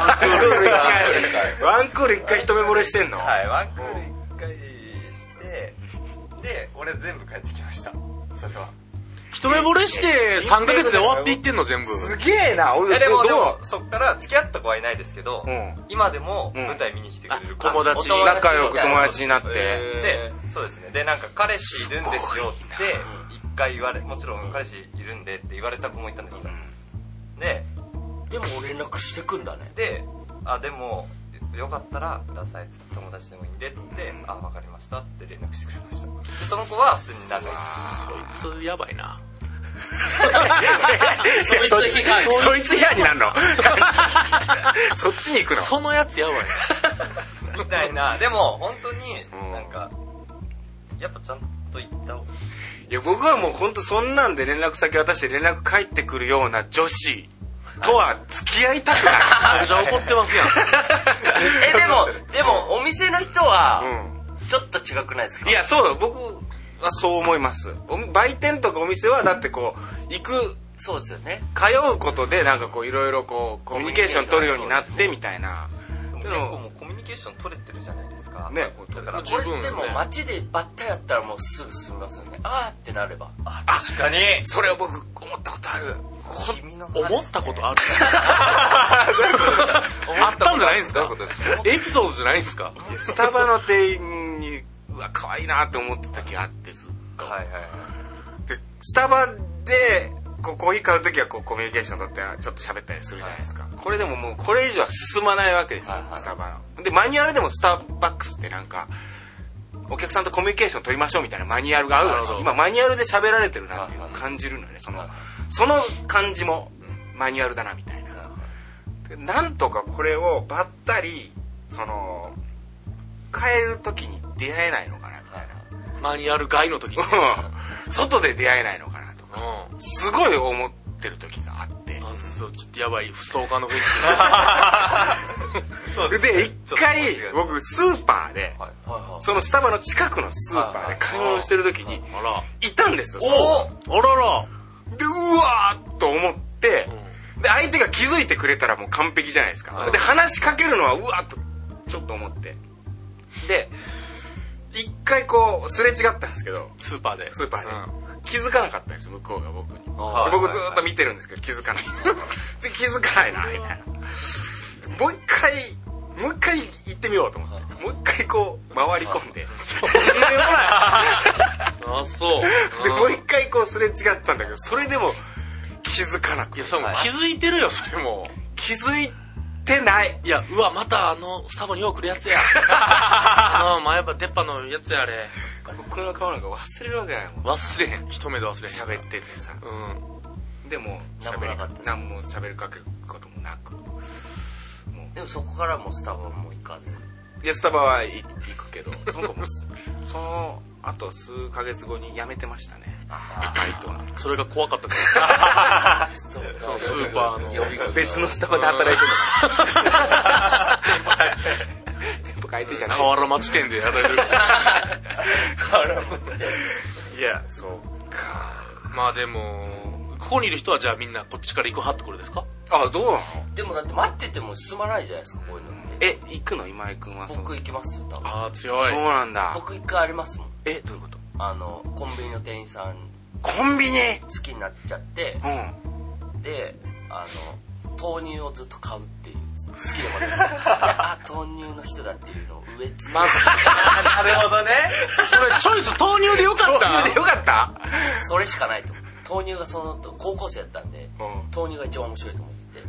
S1: ワンクール一
S3: ワンクール一
S1: 回ワンクール一回一目惚れしてんの、
S4: はいワンクール1回してで俺全部帰ってきましたそれは
S2: 一目惚れして3ヶ月で終わっていってんの全部
S1: すげえな俺
S4: えでも
S1: それ
S4: で
S1: どう
S4: もそっから付き合った子はいないですけど、
S1: うん
S4: 今でも舞台見に来てくれる子、
S2: あ友達
S4: お
S1: 仲良く友達になって、
S4: でそうですねでなんか彼氏いるんですよって一回言われもちろん彼氏いるんでって言われた子もいたんですよで
S3: でも連絡してくんだ
S2: [laughs]
S3: ね
S4: であでもよかったらくださいっつって友達でもいいんでっつってあ分かりましたっつって連絡してくれましたでその子は普通に仲良い
S2: そいつやばいな
S3: そいつ
S1: そ
S3: 批
S1: っち
S3: 判
S1: そいつ嫌になるのそっちに行くの
S2: そのやつやばいな
S4: みたいなでも本当
S1: うん
S4: になんかやっぱちゃんと言った方が
S1: いや僕はもう本当そんなんで連絡先渡して連絡返ってくるような女子とは付き合いたくな、
S2: めちゃめちゃ怒ってますやん
S4: [laughs]
S3: えでもでもお店の人はい
S1: うん
S3: ちょっと違くないですか
S1: いや、そうだ、僕はそう思います。お売店とかお店は、だってこう、行く、
S3: そうですよね
S1: 通うことで、なんかこう、いろいろこう、コミュニケーション取るようになって、みたいな。
S4: でも
S1: で
S4: 結構
S1: も、
S4: もうコミュニケーション取れてるじゃないですか
S1: ね
S4: だから
S2: 十
S3: こ
S2: 分よ
S3: れ
S2: ね
S3: でも街でばったりやったらもうすぐ進みますよねあーってなればあ
S4: 確かに
S1: それを僕、思ったことある。
S4: 君の
S2: 思ったことある
S4: あ
S2: ったんじゃないんですか
S4: どういうことですか
S2: エピソードじゃないんですか
S1: スタバの店員に、うわ、可愛いなって思った時があって、ずっと。
S4: はいはいはい
S1: で、スタバで、こうコーヒー買う時はこうコミュニケーション取ってちょっと喋ったりするじゃないですか、これでももうこれ以上は進まないわけですよ、
S3: はいはい
S1: スタバのでマニュアルでもスターバックスってなんかお客さんとコミュニケーション取りましょうみたいなマニュアルがある
S2: な
S1: ら
S2: る
S1: し
S2: ほど
S1: い今マニュアルで喋られてるなっていうのを
S3: はいはい
S1: 感じるのよねそのその感じもマニュアルだなみたいなでなんとかこれをばったりその帰る時に出会えないのかなみたい
S2: マニュアル外の時に
S1: な [laughs] 外で出会えないのかなとか
S2: う
S1: すごい思ってる時があって
S2: んあそうちょっとやばい不相関の雰囲
S4: そうす
S1: で一回
S4: ちょっと間違え
S1: 僕スーパーで
S4: たはい
S3: はいはい
S1: そのスタバの近くのスーパーで買い物してる時に
S2: 気あら
S1: いたんですよ
S2: あらら
S1: でうわーっと思ってで相手が気づいてくれたらもう完璧じゃないです
S2: は
S1: か
S2: い
S1: で話しかけるのはうわーっとちょっと思ってで一回こうすれ違ったんですけど
S2: スーパーで
S1: スーパ
S2: うん
S1: ーで気づかなかったんです向こうが僕に
S4: はい
S1: 僕ずーっと見てるんですけど気づかないん [laughs] ですよで気づかないなみたいなもう一回もう一回行ってみようと思ってもう一回こう回り込んで
S2: あそう
S1: [laughs] でもう
S2: うん
S1: 一回こうすれ違ったんだけどそれでも気づかなく
S2: い
S1: て
S2: やそれもう気づいてるよそれも
S1: 気づいてない
S2: いやうわまたあのスタバによう来るやつ [laughs] やあの前歯出っ歯のやつやあれ
S1: 僕の顔なんか忘れるわけないもん
S2: 忘れへん一目で忘れへん
S1: 喋っててさ
S2: うん
S1: でも
S3: なんも
S1: 喋
S3: な
S1: り
S3: か
S1: か
S3: った
S1: 何も喋りかけることもなくもう
S3: でもそこからもうスタバも行かず
S1: いやスタバは行くけどその子もそのあと数ヶ月後に辞めてましたねバイトは
S2: それが怖かった [laughs] から
S3: そうか
S2: そのスーパーの
S1: 別のスタバで働いてる [laughs] の店舗変えてじゃない
S2: 河原町店でやられる
S1: いやそうか
S2: まあでもここにいる人はじゃあみんなこっちから行く派ってことですか
S1: あどうなの
S3: でもだって待ってても進まないじゃないですかこういうのって
S1: え行くの今井君はそう
S3: 僕行きますよ多分
S2: ああ強
S1: そう
S2: い
S1: なんだ
S3: 僕一回ありますもん
S1: えどういうこと
S3: あのコンビニの店員さん
S1: コンビニ
S3: 好きになっちゃって
S1: うん
S3: であの豆乳をずっと買うっていう好きでも [laughs] ねであ豆乳の人だっていうのを植え付け
S2: まあ
S4: なるほどね
S2: それチョイス豆乳でよかった
S1: 豆乳でよかった
S3: それしかないと豆乳がそのと高校生だったんで
S1: うん
S3: 豆乳が一番面白いと思っててで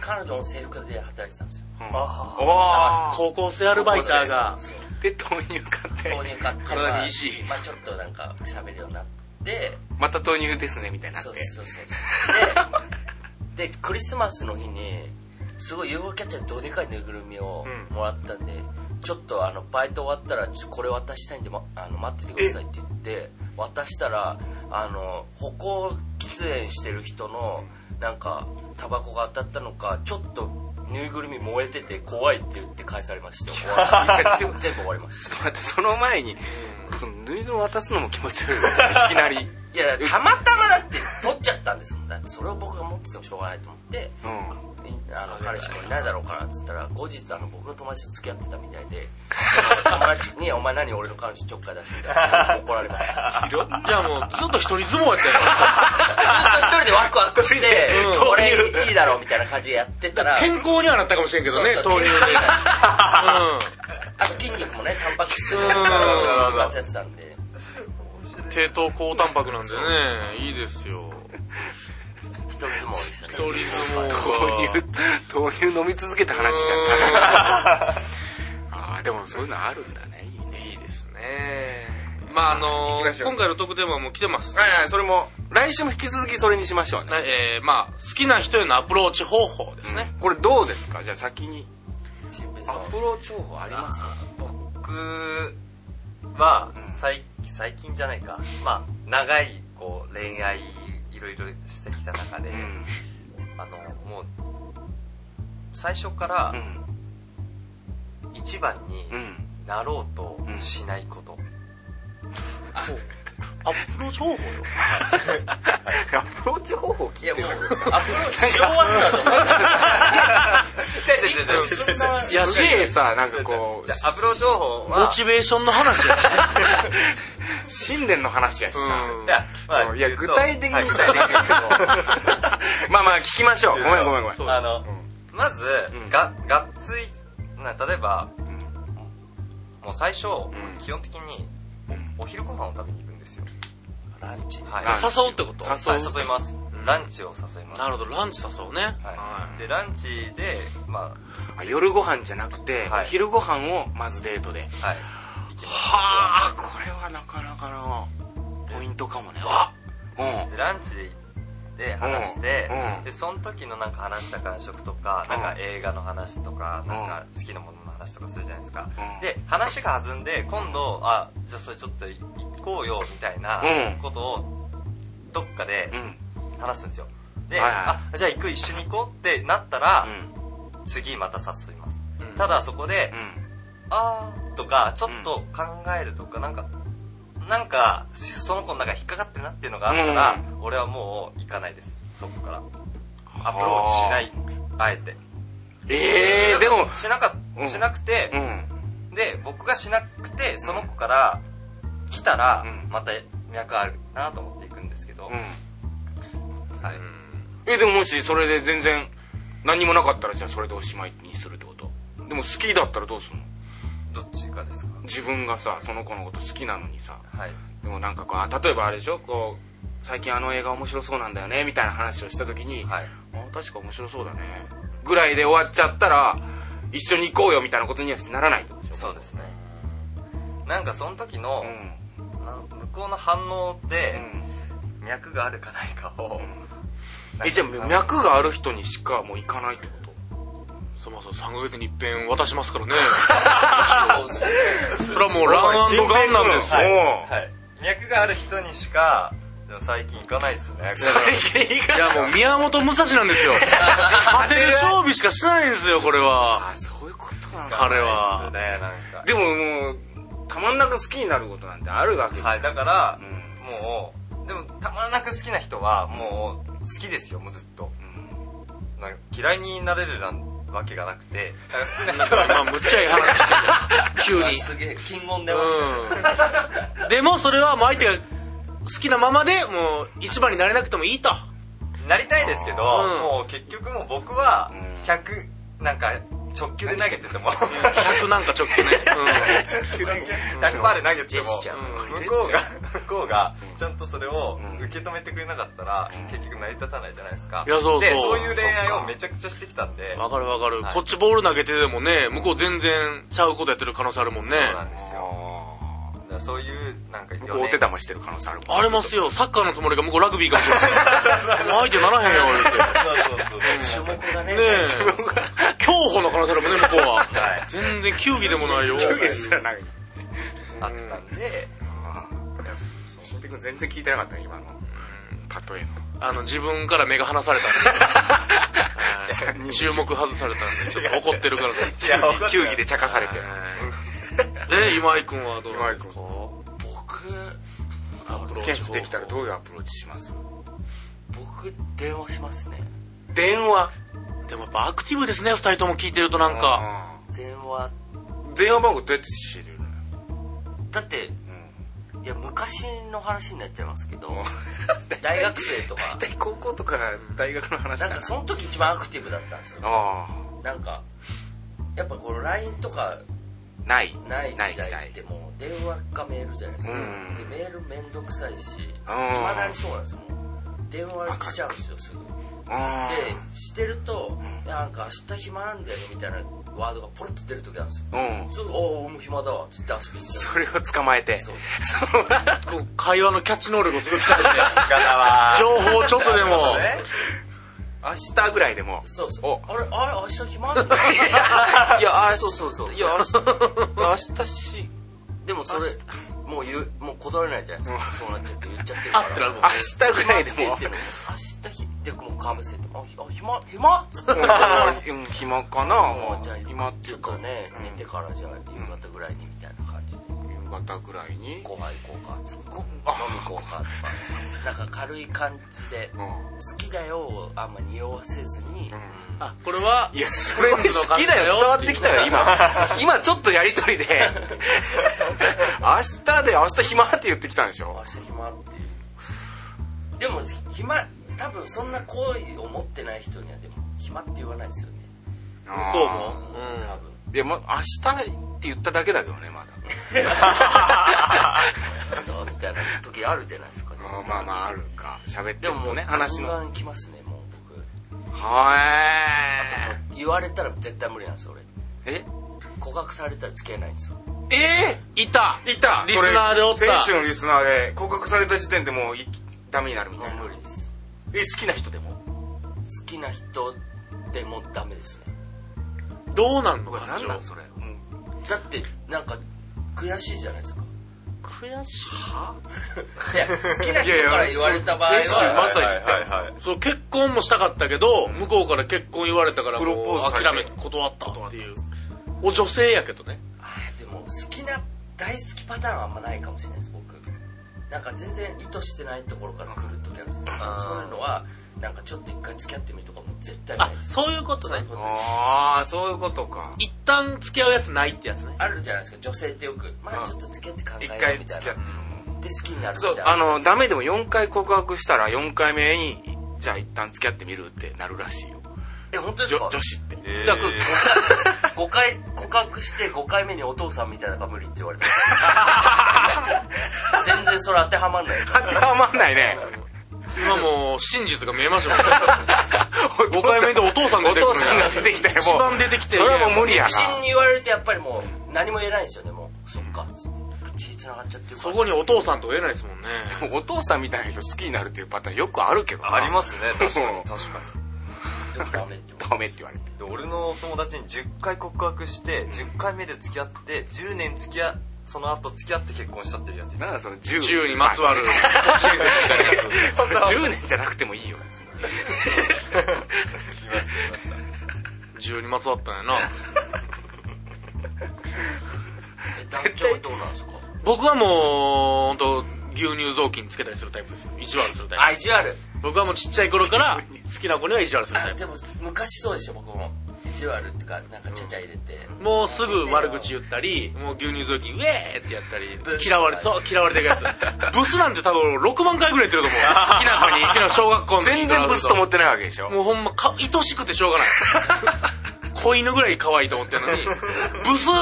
S3: 彼女も制服で働いてたんですよ
S1: あ
S2: あ高校生アルバイターが
S3: そうそう
S1: で豆乳買って
S3: 豆乳買って
S2: 体にいいし
S3: まあ、まあちょっとなんか喋るようになって
S1: また豆乳ですねみたいになって
S3: そうそうそうそうででクリスマスの日にすごい UFO キャッチャーのどでかいぬいぐるみを
S1: う
S3: もらったんで、ちょっとあのバイト終わったらちょっとこれ渡したいんで、ま、あの待っててくださいって言って渡したらあの歩行喫煙してる人のなんかタバコが当たったのかちょっとぬいぐるみ燃えてて怖いって言って返されまして終わり [laughs] 全部終わりまし
S1: ちょっ
S3: た
S1: と待ってその前にそのぬいぐるみ渡すのも気持ち [laughs] 悪いわいきなり
S3: いやたまたまだって取っちゃったんですもんだってそれを僕が持っててもしょうがないと思って
S1: うん
S3: あの彼氏もいないだろうからっつったら後日あの僕の友達と付き合ってたみたい
S2: [laughs]
S3: でその友達に「お前何俺の彼女ちょっかい出してんだ」怒られました
S2: いろじゃあもうずっと一人相撲やったよ
S3: ずっと一人でワクワクして
S2: うん
S3: 「これいいだろ」みたいな感じでやってたら
S2: 健康にはなったかもしれんけどね
S3: そうそう
S2: 豆乳で
S3: あと筋肉もねタンパク質
S2: うん
S3: が分厚やってたんで
S2: うん低糖高タンパクなんでねいいですよ
S3: 一人相撲でした
S2: 一
S3: ね
S2: 人相撲
S1: [laughs] 豆
S2: が
S1: 乳豆乳飲み続けた話じゃん [laughs] ああでもそういうのあるんだねいいね
S2: いいですねまああの
S1: 行きましょう
S2: 今回の特典はもう来てます
S1: はいはいそれも来週も引き続きそれにしましょうね
S2: なえーまあ好きな人へのアプローチ方法ですね、
S1: これどうですかじゃあ先に
S3: 新平さ
S1: ア
S3: んは
S1: プローチ方法あります
S4: 僕は最最近じゃないかまあ長いこう恋愛いろいろしてきた中で、
S1: うん
S4: あのもう最初から
S1: うん
S4: 一番に
S1: うん
S4: なろうとしないこと、
S2: アプローチ方法よ
S1: [laughs] アプローチ方法聞
S3: いや
S1: いて
S3: もう
S1: る
S3: アプローチし終わったと思う
S1: いやすげえさなんかこう
S4: じゃあアプローチ情報
S2: モ
S4: は
S2: チベーションの話やし
S1: [laughs] 信念の話やしさ、
S4: いや,、まあ、
S1: いや
S4: 言うと
S1: 具体的にさ、
S4: はい具体的
S1: [laughs]
S4: に
S1: まあまあ聞きましょうごめんごめんごめん
S2: そう
S4: あの、まず、
S1: うん
S4: ががっついな例えば
S1: うん
S4: もう最初、
S1: ん
S4: 基本的にお昼ご飯を食べに行くんですよ
S3: ランチ
S4: はい
S1: ランチ
S2: 誘うってこと
S1: 誘う
S4: はい誘います、ランチを誘います
S2: なるほどランチ誘うね
S4: は
S2: はい
S4: い、でランチでま
S1: あ夜ご飯じゃなくて、
S4: はい
S1: お昼ご飯をまずデートで
S4: あはい行きます
S1: はあこれはなかなかのポイントかもねあうん
S4: でランチで行って話して、
S1: うんうん
S4: でその時のなんか話した感触とか、なん
S1: うん
S4: か映画の話とか、
S1: ん
S4: なんか好きなものの話とかするじゃないですか、
S1: うん
S4: で話が弾んで今度、あじゃあそれちょっと行こうよみたいな
S1: うん
S4: ことをどっかで
S1: うん
S4: 話すんですよ、で、
S1: はいはい
S4: あじゃあ行く一緒に行こうってなったら、
S1: う
S4: 次また誘います、
S2: うん
S4: ただそこで、
S1: ん
S4: あーとかちょっと考えるとか、なんかなんかその子の中に引っかかってるなっていうのがあったら、俺はもう行かないですそこからアプローチしないあえて
S1: ええー、でも
S4: しなか
S1: うん
S4: しなくて
S1: う、ん
S4: で僕がしなくてその子から来たら、
S1: うん
S4: また脈あるなと思っていくんですけど、
S1: うん
S4: はい、
S1: えでももしそれで全然何もなかったらじゃあそれでおしまいにするってことでも好きだったらどうすんの
S4: どっちかですか
S1: 自分がさその子のこと好きなのにさ
S4: はい
S1: でもなんかこうあ例えばあれでしょこう最近あの映画面白そうなんだよねみたいな話をした時に、
S4: はい
S1: あ確か面白そうだねぐらいで終わっちゃったら一緒に行こうよみたいなことにはならないってことでしょ
S4: そうですねなんかその時の
S1: う、ん
S4: なん向こうの反応で、
S1: う
S4: 脈があるかないかを、
S1: んえじゃあ脈がある人にしかもう行かないってこと
S2: そもそも3ヶ月に一遍渡しますから [laughs] ね
S3: そうですね
S2: それはもうランガンなんです
S1: お
S2: よ
S1: 前
S4: はい、
S1: お
S4: はい、脈がある人にしかでも最近行かないですね
S2: 最近いやもう宮本武蔵なんですよ果てで勝負しかしないんですよこれは
S1: [laughs] あそういうことなの
S2: 彼
S4: そう
S2: は
S4: ねなんか
S1: でももうたまんなく好きになることなんてあるわけじゃん、
S4: はいだから、
S1: うん
S4: もうでもたまらなく好きな人はもう好きですよもうずっと
S1: うん
S4: なんか嫌いになれるなんわけがなくてだから好きな人は
S2: まあむっちゃいい話してる急に
S3: すげえ金言出ましたね
S2: うんでもそれはもう相手が好きなままでもう一番になれなくてもいいと
S4: なりたいですけど、
S2: うん
S4: もう結局もう僕は
S1: うん
S4: 100なんか直球で投げてても
S2: 100なんか直 [laughs] 球ね、
S4: 100パーで投げても
S3: ジェスチャ
S2: ー
S4: 向こうが向こうがちゃんとそれを
S1: うん
S4: 受け止めてくれなかったら
S1: うん
S4: 結局成り立たないじゃないですか
S2: いやそうそう
S4: でそういう恋愛をめちゃくちゃしてきたんで
S2: うんわかるわかる、
S4: はい
S2: こっちボール投げてでもね向こう全然ちゃうことやってる可能性あるもんね
S4: そうなんで
S1: ですす
S4: よ
S1: よ
S4: だからそういうなんか
S1: 向こうお手玉してる可能性あるもん
S2: ありますよサッカーのつもりが向こうラグビーかもしれない相手ならへんよ
S4: そうそうそう
S3: 種目がね
S2: 言うてねえ競歩の可能性あるもんね向こうは、
S4: はい
S2: 全然球技でもないよ
S1: そうですよなんか
S4: あったんで
S1: シンペイ君全然聞いてなかったね今の例えの
S2: あの自分から目が離されたんで、はい注目外されたんでちょっと怒ってるからと思って
S4: いや分かんない
S1: 球技で茶化されて
S2: はいで今井君はどうなんですか
S3: 僕
S2: アプローチ
S1: 検出できたらどういうアプローチします
S3: 僕電話しますね
S1: 電話
S2: でもやっぱアクティブですね二人とも聞いてるとなんか
S3: 電話
S1: うん電話番号どうやって知れるの
S3: だって
S1: うん
S3: いや昔の話になっちゃいます
S1: [laughs]
S3: けど大学生とか
S1: 大体高校とか大学の話だ
S3: なん
S1: な
S3: かその時一番アクティブだったんですよ
S1: あ
S3: なんかやっぱこの LINE とか
S1: あない
S3: ない時
S1: ない時
S3: 代
S1: 代
S3: ってもう電話かメールじゃないですか、
S1: うん
S3: でメールめんどくさいしいまだにそうなんですよもう電話しちゃうんですよすぐでしてると「いやなんか明日暇なんだよね」みたいなワードがポロッと出る時あるんですよ
S1: うんうん
S3: すぐ「おおもう暇だわ」っつって遊びに行っ
S1: それを捕まえて
S3: たそう
S1: そう
S2: こう会話のキャッチ能力をすごい使って
S4: 仕方は
S2: 情報をちょっとでも
S4: そうね
S1: 明日ぐらいで
S3: [laughs]
S1: も
S3: そうそう
S1: お
S3: あれあれ明日暇 [laughs] なんだ
S1: いやあ
S3: そうそうそう
S1: いや明日明日し
S3: でもそれもう言うもう断れないじゃないですかそうなっちゃって言っちゃってるか
S2: あ
S3: ら
S2: ってなるもんね
S1: 明日ぐらいで
S3: で [laughs]
S1: も
S3: でも明日ひでもうかぶせて「あひあ暇 [laughs] 暇?」っつって
S1: うん暇かな
S3: もうじゃあ
S1: 今ってい
S3: ちょ
S1: う
S3: っ
S1: か
S3: とね、
S1: うん
S3: 寝てからじゃあ夕方ぐらいにみたいな感じで
S1: 夕方ぐらいに
S3: ご飯行こうかとか
S1: こ
S3: 飲み
S1: あ
S3: 行こうかとか [laughs] なんか軽い感じで「
S1: うん
S3: 好きだよ」をあんま匂わせずに、
S2: あこれはい
S1: やすごい好きだよ伝わってきたよ今今ちょっとやりとりで [laughs] 明日で明日暇って言ってきたんでし
S3: 明
S1: ょ
S3: 日暇っていうでも暇多分そんな好意を持ってない人にはでも暇って言わないですよね
S1: 向
S2: 向こうも
S3: 多分
S1: いやもう明日って言っただけだけどねまだ
S3: そうみたいな時あるじゃないですか、ね、
S1: うんまあまああるか喋って
S3: で
S1: る
S3: もも
S1: と
S3: う
S1: ね話の
S3: ガン
S1: は
S3: ガン来ますねもう僕
S1: ーい
S3: 言われたら絶対無理なんですよ俺
S1: え
S3: 告白されたら付き合えないんですよ
S1: え
S2: いた
S1: ー、いた
S2: リスナーでおった
S1: それ選手のリスナーで告白された時点でもういダメになるみ
S3: も
S1: たいな
S3: う無理です
S1: え好きな人でも
S3: 好きな人でもダメですね
S2: どうなんの
S1: うわ
S2: 感
S1: 何
S2: 情
S1: なんそれ、うん、
S3: だってなんか悔しいじゃないですか
S2: 悔しい
S3: いや好きな人から言われた場合
S1: [laughs] いやいやそう
S3: は
S1: まさに言ったよ
S4: はいはいはい
S2: そう結婚もしたかったけど向こうから結婚言われたから
S1: プロポ
S2: も
S1: ーズ
S2: う
S1: されて
S2: 諦めて断ったっていうお女性やけどね
S3: あーでも好きな大好きパターンはあんまないかもしれないです僕なんか全然意図してないところから来る時あるんですそういうのはなんかちょっと一回付き合ってみるとかも絶対な
S2: あ
S3: いです
S2: そういうこと
S3: そうい
S2: ね
S3: うことです
S1: ああそういうことか
S2: 一旦付き合うやつないってやつね
S3: あるじゃないですか女性ってよくまあちょっと付き合って考え
S1: 一
S3: よう
S1: 回
S3: み
S1: 付
S3: た
S1: き合
S3: いな
S1: って
S3: で好きになるみた
S1: そ
S3: いうな
S1: あのダメでも4回告白したら4回目にじゃあ一旦付き合ってみるってなるらしい [laughs] よ
S3: え本当です
S1: 女
S3: か
S1: 女子って
S4: えー
S2: じゃあこ
S3: 5回告白して5回目にお父さんみたいなのが無理って言われた全然それ当てはまんない
S1: 当てはまんない [laughs] ね
S2: 今もう真実が見えま
S1: [laughs]
S2: したもん
S1: 5
S2: 5回目でお父さん出
S1: お
S2: てくる
S1: 父さんが出てきたよもう
S2: 一番出てきてる
S1: それはもう無理や
S3: 不
S1: な
S3: 審に言われるとやっぱりもう何も言えないんですよねもうそっかつって口繋がっちゃってるか
S2: そ
S3: ら
S2: こにお父さんとか言えないですもん
S1: [laughs]
S2: ね
S1: お父さんみたいな人好きになるっていうパターンよくありますね
S4: ありますね確かに確か
S3: でもダメって思う
S1: ダメって言われて
S4: で俺のお友達に10回告白して10回目で付き合って10年付き合その後付き合って結婚したっていうやついる
S1: なんだその銃
S2: 銃にまつわる親切みたいなやつ
S1: それ10年じゃなくてもいいよ別に
S4: いましたいました
S2: 銃にまつわったんやな
S3: え団長はどうなんですか
S2: 僕はもう本当牛乳雑巾つけたりするタイプですよ意地悪するタイプ
S3: あ意地悪
S2: 僕はもうちっちゃい頃から好きな子には意地悪するタ
S3: あ
S2: イ
S3: でも昔そうでした僕も意地悪っていうかなんかちゃちゃ入れて、
S2: プもうすぐ悪口言ったりもう牛乳雑巾ウェーってやったり
S3: ブス
S2: 嫌われそう嫌われてる
S1: [laughs]
S2: やつブスなんて多分6万回ぐらい言ってると思う好きな子に好きな小学校の時
S1: 全然ブスと思
S2: て
S1: ってないわけでしょ
S2: もうほんまか愛しくてしょうがない子犬ぐらい可愛いと思ってるのに
S1: [laughs]
S2: 「ブスー! 」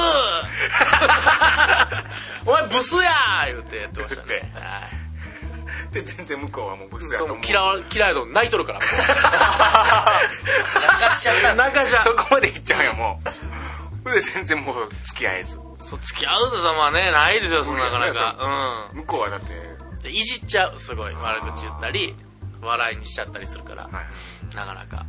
S2: お前ブスやー言うてやってましたねはい
S1: で全然向こうはもうブスや
S2: そ
S1: と
S2: う
S1: 思う
S2: 嫌わ嫌いと泣いと
S1: [laughs]
S2: るから
S3: 泣かしちゃったんです
S2: 中じゃ
S1: そこまでいっちゃうよもうで全然もう付き合えず
S2: そう付き合うざまはねないですよそんななかなか
S1: 向こうはだって
S2: うんでいじっちゃうすごい悪口言ったり笑いにしちゃったりするから、
S1: はい
S2: なかなか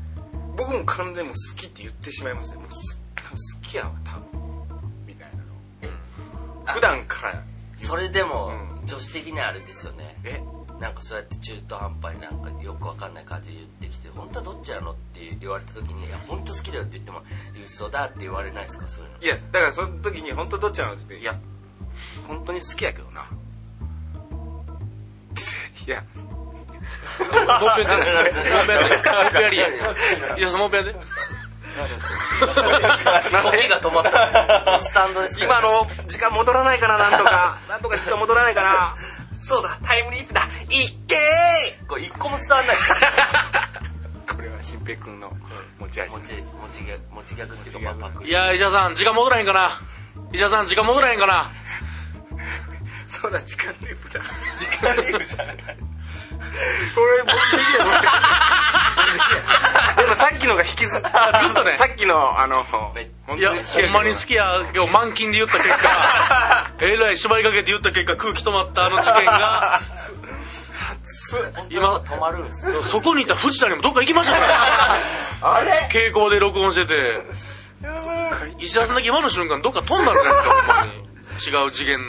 S1: 僕も完全にもう好きって言ってしまいましたよもうす好きやわ多分みたいなのを普段から
S3: それでも、
S1: う
S3: 女子的にはあれですよね
S1: え
S3: なんかそうやって中途半端になんかよくわかんない感じで言ってきて「本当はどっちなの?」って言われた時に「いや本当好きだよ」って言っても「嘘だ」って言われないですかそういうの
S1: いやだからその時に本当どっちなのって言っていや本当に好きやけどないや
S2: もう一回やってもう一回やってもう一回やりやいやもう一回やって
S3: 時が止ま [laughs] ったスタンドですか
S1: 今
S3: ら
S1: の時間戻らないかななんと
S4: [laughs]
S1: かなんとか時間戻らないかな
S4: そうだタイムリープだいっけ
S3: これ一個も伝わんない
S1: これは新平君の持ち味
S3: 持ち
S1: です
S3: 持ち逆持ち逆っていうかまあパク
S2: い
S3: リ
S2: や石田さん時間戻らへんかな石田さん時間戻らへんかな
S1: そうだ時間ループだ
S4: ータイムリープじゃない
S1: これ僕できない僕でもさっきのが引きずった
S2: ずっと
S1: [laughs]
S2: ね
S1: さっきのあの本
S3: め
S1: 当に
S2: いや
S1: 好きやけ
S2: ほ
S1: どなん
S2: まに好きやけど満勤で言った結果
S1: [laughs]
S2: えらい縛りかけて言った結果空気止まったあの事件が今
S3: 今止まるんです
S2: [laughs]
S3: よ
S2: そこにいた藤田にもどっか行きました
S1: [laughs]
S2: から。あれ傾向で録音してて。石田さんだけ今の瞬間どっか飛んだんじゃないですか、ほんまに。違う次
S1: [laughs]
S2: 元の。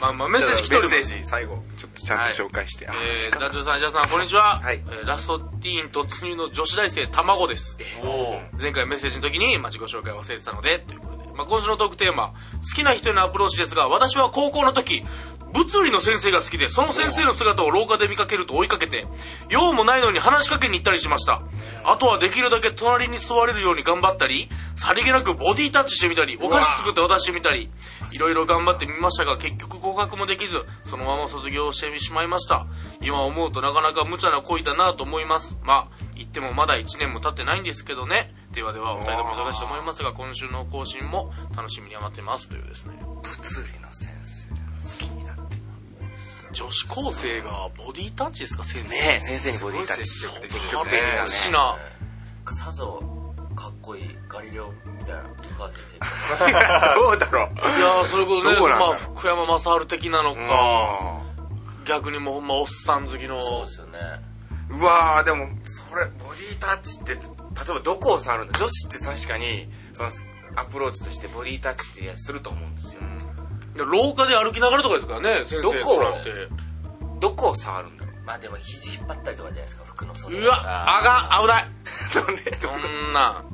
S2: まあまあ、メッセージ来ております
S1: メッ。セージ最後ちょっとちゃんと紹介して、あ
S2: えー、ダチョウさん、石田さん、こんにちは。
S1: はい
S2: えーラストティーン突入の女子大生、卵です。前回メッセージの時に、まあ、自己紹介を忘れてたので、ということで。まあ、今週のトークテーマ、好きな人へのアプローチですが、私は高校の時、物理の先生が好きで、その先生の姿を廊下で見かけると追いかけて、用もないのに話しかけに行ったりしました。あとはできるだけ隣に座れるように頑張ったり、さりげなくボディタッチしてみたり、お菓子作って渡してみたり、いろいろ頑張ってみましたが、結局合格もできず、そのまま卒業してしまいました。今思うとなかなか無茶な恋だなと思います。まあ、言ってもまだ1年も経ってないんですけどね。ではでは、お二人とも忙しいと思いますが、今週の更新も楽しみに待ってますというですね。
S1: 物理の先生が好きになって
S2: 女子高生がボディタッチですか、先生。
S1: ねえ先生にボディタッチ
S4: すごい積極的
S1: 積
S2: カ
S1: 極的
S2: ペ
S1: なね
S2: しな。
S3: さぞかっこいいガリレオみたいな高橋先生みたいな
S1: どうだろう
S2: いやー、それこそね、
S1: どこなんだろ
S2: ま
S1: う
S2: あ、福山雅治的なのか、逆にもうほんまおっさん好きの。
S3: そうですよね
S1: うんうわーでもそれボディタッチって例えばどこを触るんだ女子って確かにそのアプローチとしてボディタッチってすると思うんですよ、
S2: で廊下で歩きながらとかですからね、先生
S1: どこを
S2: 座って。
S1: どこを触るんだろう
S3: まあでも肘引っ張ったりとかじゃないですか服の袖
S2: うわ、あがん、危ない。
S1: なんで [laughs] ど
S2: そ
S1: こ
S2: んな、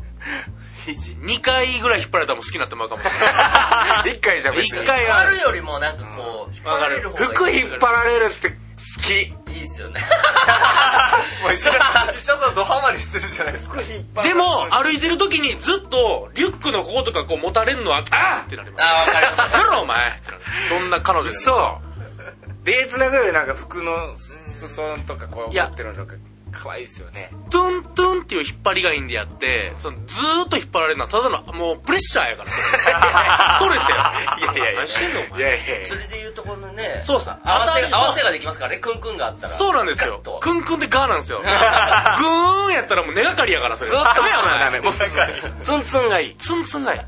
S1: [laughs] 肘
S2: 2回ぐらい引っ張られたらもう好きになってまうかもしれない。
S1: 一回じゃ別に
S2: 一
S3: 引っ
S2: 回は
S3: 張るよりもなんかこう引っ張られる方
S1: 服
S3: がいい
S1: 引っ張られるって好き
S3: いいですよね
S1: もう一緒
S4: [laughs] 石田さんドハマりしてるじゃないですか
S1: [laughs]
S2: でも、歩いてる時にずっと、リュックのこことかこう持たれるのは、あーってなります。
S3: あーわかります
S2: やろ、お前ってなるどんな彼女でも
S1: そうデーツなぐよりなんか服の裾とかこう
S2: い
S1: 持
S2: や
S1: ってるのとか可愛いですよね
S2: トゥントゥンっていう引っ張りがいいんでやって、そのずーっと引っ張られるのは、ただの、もうプレッシャー
S1: [laughs]
S2: やから。ストレスや。
S1: いやいやいや
S2: 何してんの、お
S1: い
S2: 前。
S1: やいやい
S3: それでいうとこのね
S2: そうさ
S3: 合わせ
S2: 頭
S3: 合わせができますからねクンクンがあったら
S2: そうなんですよ
S3: ガッと。
S2: クンクンってガーなんですよ。グーンやったらもう根がかりやから、それ。
S1: ずっと
S2: ダメ
S1: [laughs]
S2: や、お前。
S1: ダメもうツンツンがいい
S2: ツンツンがいい。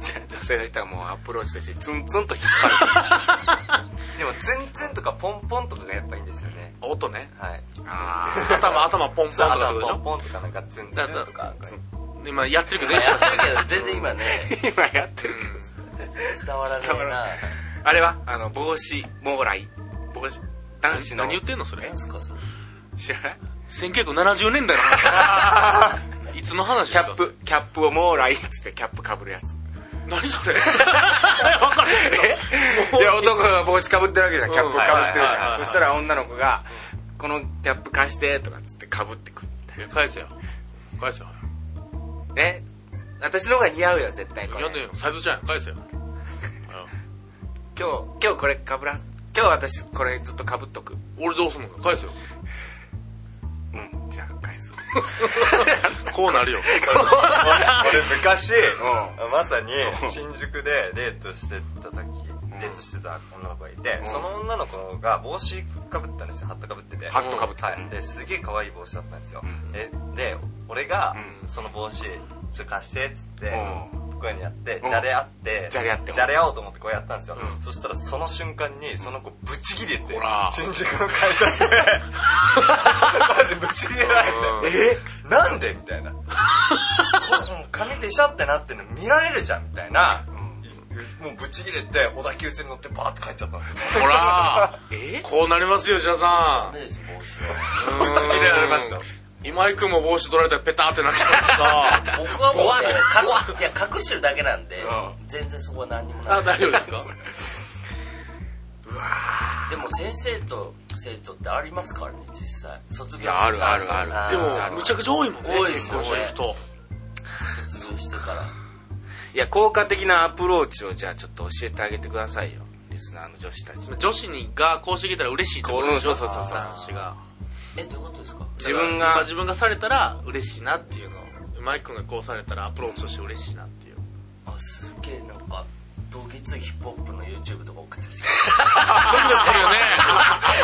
S1: じゃあ女性の人はもうアプローチとしてツンツンと引っ張
S4: でもツンツンとかポンポンとかがやっぱいいんですよね
S2: 音ね
S4: はい
S2: あー頭頭ポンポンと
S4: そう
S2: か
S4: あ
S2: って
S4: と
S2: ことでし
S4: はポン
S2: ょ
S4: ポンとかなんかツンツンとか
S2: 今やってるけど
S3: や
S2: ね
S3: ってるけど全然 [laughs] 今ね
S1: [laughs] 今やってるけど
S3: 伝わら
S1: 伝わら
S3: ない
S1: あれはあの帽子網来帽子男子の
S2: 何言ってんのそ
S3: な
S2: れ
S3: 何すかそれ
S1: 知らない
S2: 1970年代の話いつの話
S1: キャップキャップを網来っつってキャップかぶるやつ
S2: 何それ分かる
S1: [laughs] いや男が帽子かぶってるわけじゃんキャップかぶってるじ
S2: うんはいはいはい
S1: ゃ
S2: は
S1: ん
S2: い
S1: そしたら女の子が「このキャップ貸して」とかっつってかぶってくる
S2: いや返せよ返せよ
S1: ね私の方が似合うよ絶対これ
S2: やんねえよサイズちゃんや返せよ
S1: 今日今日これかぶら今日私これずっとかぶっとく
S2: 俺どうすんの返せよ
S1: うんじゃあ返す
S2: こうなるよ
S4: [laughs] 俺昔、
S1: う
S4: まさに新宿でデートしてた時、デートしてた女の子がいて、
S1: ん
S4: その女の子が帽子かぶったんですよハットかぶってて
S1: ハットかぶってた
S4: はい、ですげえ可愛い帽子だったんですよ、えで俺が
S1: うん
S4: その帽子ちょっと貸してっつって、
S1: う
S4: こういうのやって
S1: うん
S4: じゃれ合って
S1: じゃれ合って
S4: じゃれ合おうと思ってこうやったんですよ、そしたらその瞬間にその子ぶち切れて
S2: ほら
S4: 新宿の改札で
S1: [laughs]
S4: マジぶち切れられてえなんでみたいなもう髪ペシャってなってるの見られるじゃんみたいな、もうブチ切れて小田急線に乗ってバーって帰っちゃったんですよ
S2: ほら
S1: え
S2: こうなりますよ、ジャさ
S3: ダ
S2: ん。
S3: メです帽子
S4: ブチ [laughs] 切れられました
S2: 今井くんも帽子取られたらペターってなっちゃってさ。
S3: は僕はもう
S1: 怖い
S3: ね隠いや隠してるだけなんで
S1: う
S3: 全然そこは何にもない
S2: [laughs] あ、大丈夫 [laughs] ですか
S3: でも先生と生徒ってありますからね実際卒業
S1: いやあるあるある
S2: で
S1: 全然ある
S2: も、むちゃくちゃ多いもんね。
S3: 多いっすよ
S2: 結婚
S3: ね
S2: してる人
S3: 卒業してから
S1: いや効果的なアプローチをじゃあちょっと教えてあげてくださいよリスナーの女子たち
S2: 女子にがこうしてきたら嬉しいってことでし
S1: こ
S2: ょ
S1: うそうそうそう
S2: 話が。
S3: えどういうことですか
S1: 自分
S2: まあ
S1: が
S2: 自分がされたら嬉しいなっていうの。今井くんがこうされたらアプローチとして嬉しいなっていう。
S3: あすげえなんか同義ついヒップホップの YouTube とか送ってきて
S2: ドキドキする [laughs] よね。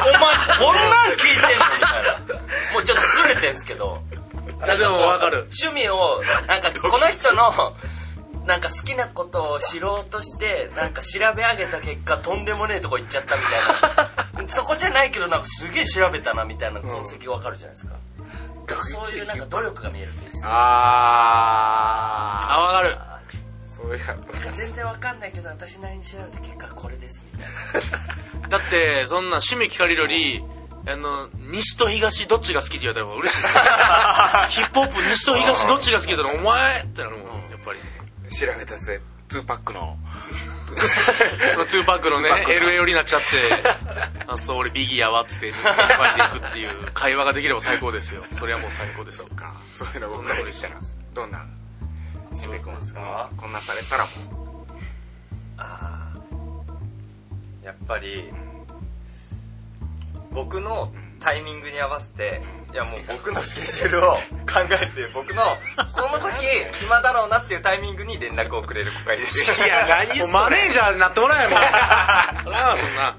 S3: お前こんなん聞いてんのみたいなもうちょっとずれてんすけど
S2: いやでもわかる
S3: 趣味をなんかこの [laughs] 人のなんか好きなことを知ろうとしてなんか調べ上げた結果とんでもねえとこ行っちゃったみたい
S2: [laughs]
S3: なそこじゃないけどなんかすげえ調べたなみたいな痕跡わかるじゃないですか、そういうなんか努力が見えるといいです
S1: あ
S2: あ、わかる。
S1: ーそういうアプローチ
S3: なんか全然わかんないけど私なりに調べた結果これですみたいな
S2: だって、そんな趣味聞かれるより、あの、西と東どっちが好きって言われたら嬉しいですよヒ [laughs] ップホップ西と東どっちが好きって言ったら、お前ってなるもん、やっぱり。
S1: 調べた末2パックの
S2: トゥーパックのね、LA 寄りになっちゃ
S1: [laughs]
S2: って、あ、そう、俺ビギーやわっつって、引っ張りでいくっていう会話ができれば最高ですよ。それはもう最高ですよ。
S1: かそういうの僕らできたらどんなしんべ君ですかこんなされたらもう
S4: やっぱり僕のタイミングに合わせていやもう僕のスケジュールを考えて僕のこの時暇だろうなっていうタイミングに連絡をくれる子がいいです
S1: い [laughs] や何
S2: もうマネージャーになっても
S1: [laughs]
S2: らえよもう。なあ、そんな。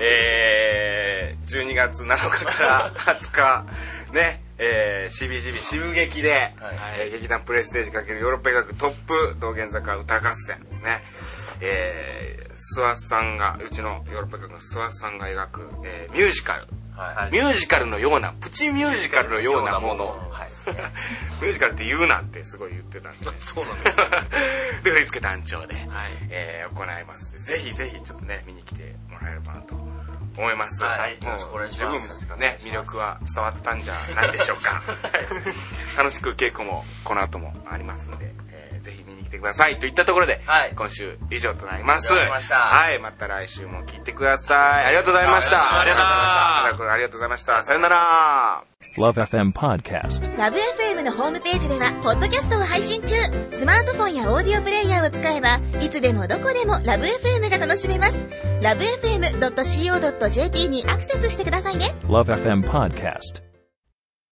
S1: えー、12月7日から20日ねえー、しびじび渋劇で、えー劇団プレイステージ×ヨーロッパ映画トップ道玄坂歌合戦ねえー、諏訪さんがうちのヨーロッパ映画の諏訪さんが描く、えーミュージカル
S4: はい
S1: ミュージカルのようなプチミュージカルのようなもの
S4: はい
S1: ミュージカルって言うなってすごい言ってたんで
S3: [laughs]
S2: そうなんです。
S1: で振り付け団長で、
S2: はい
S1: えー行いますのでぜひぜひちょっとね見に来てもらえればなと思います
S3: はい
S1: もう
S3: よろしくお願いします
S1: 十分ね魅力は伝わったんじゃないでし
S3: [laughs]
S1: ょうかはい楽しく稽古もこの後もありますんで、えーぜひ見に来てくださいといったところで、
S3: はい
S1: 今週以上となります
S3: ありがとうございました
S1: はいまた来週も聞いてくださいありがとうございました
S2: ありがとうございました
S1: ありがとうございましたありがとうございましたさよなら
S5: Love FM Podcast.
S6: ラブ f m のホームページではポッドキャストを配信中スマートフォンやオーディオプレイヤーを使えばいつでもどこでもラブ f m が楽しめますラブ FM.co.jp にアクセスしてくださいね
S5: Love FM Podcast.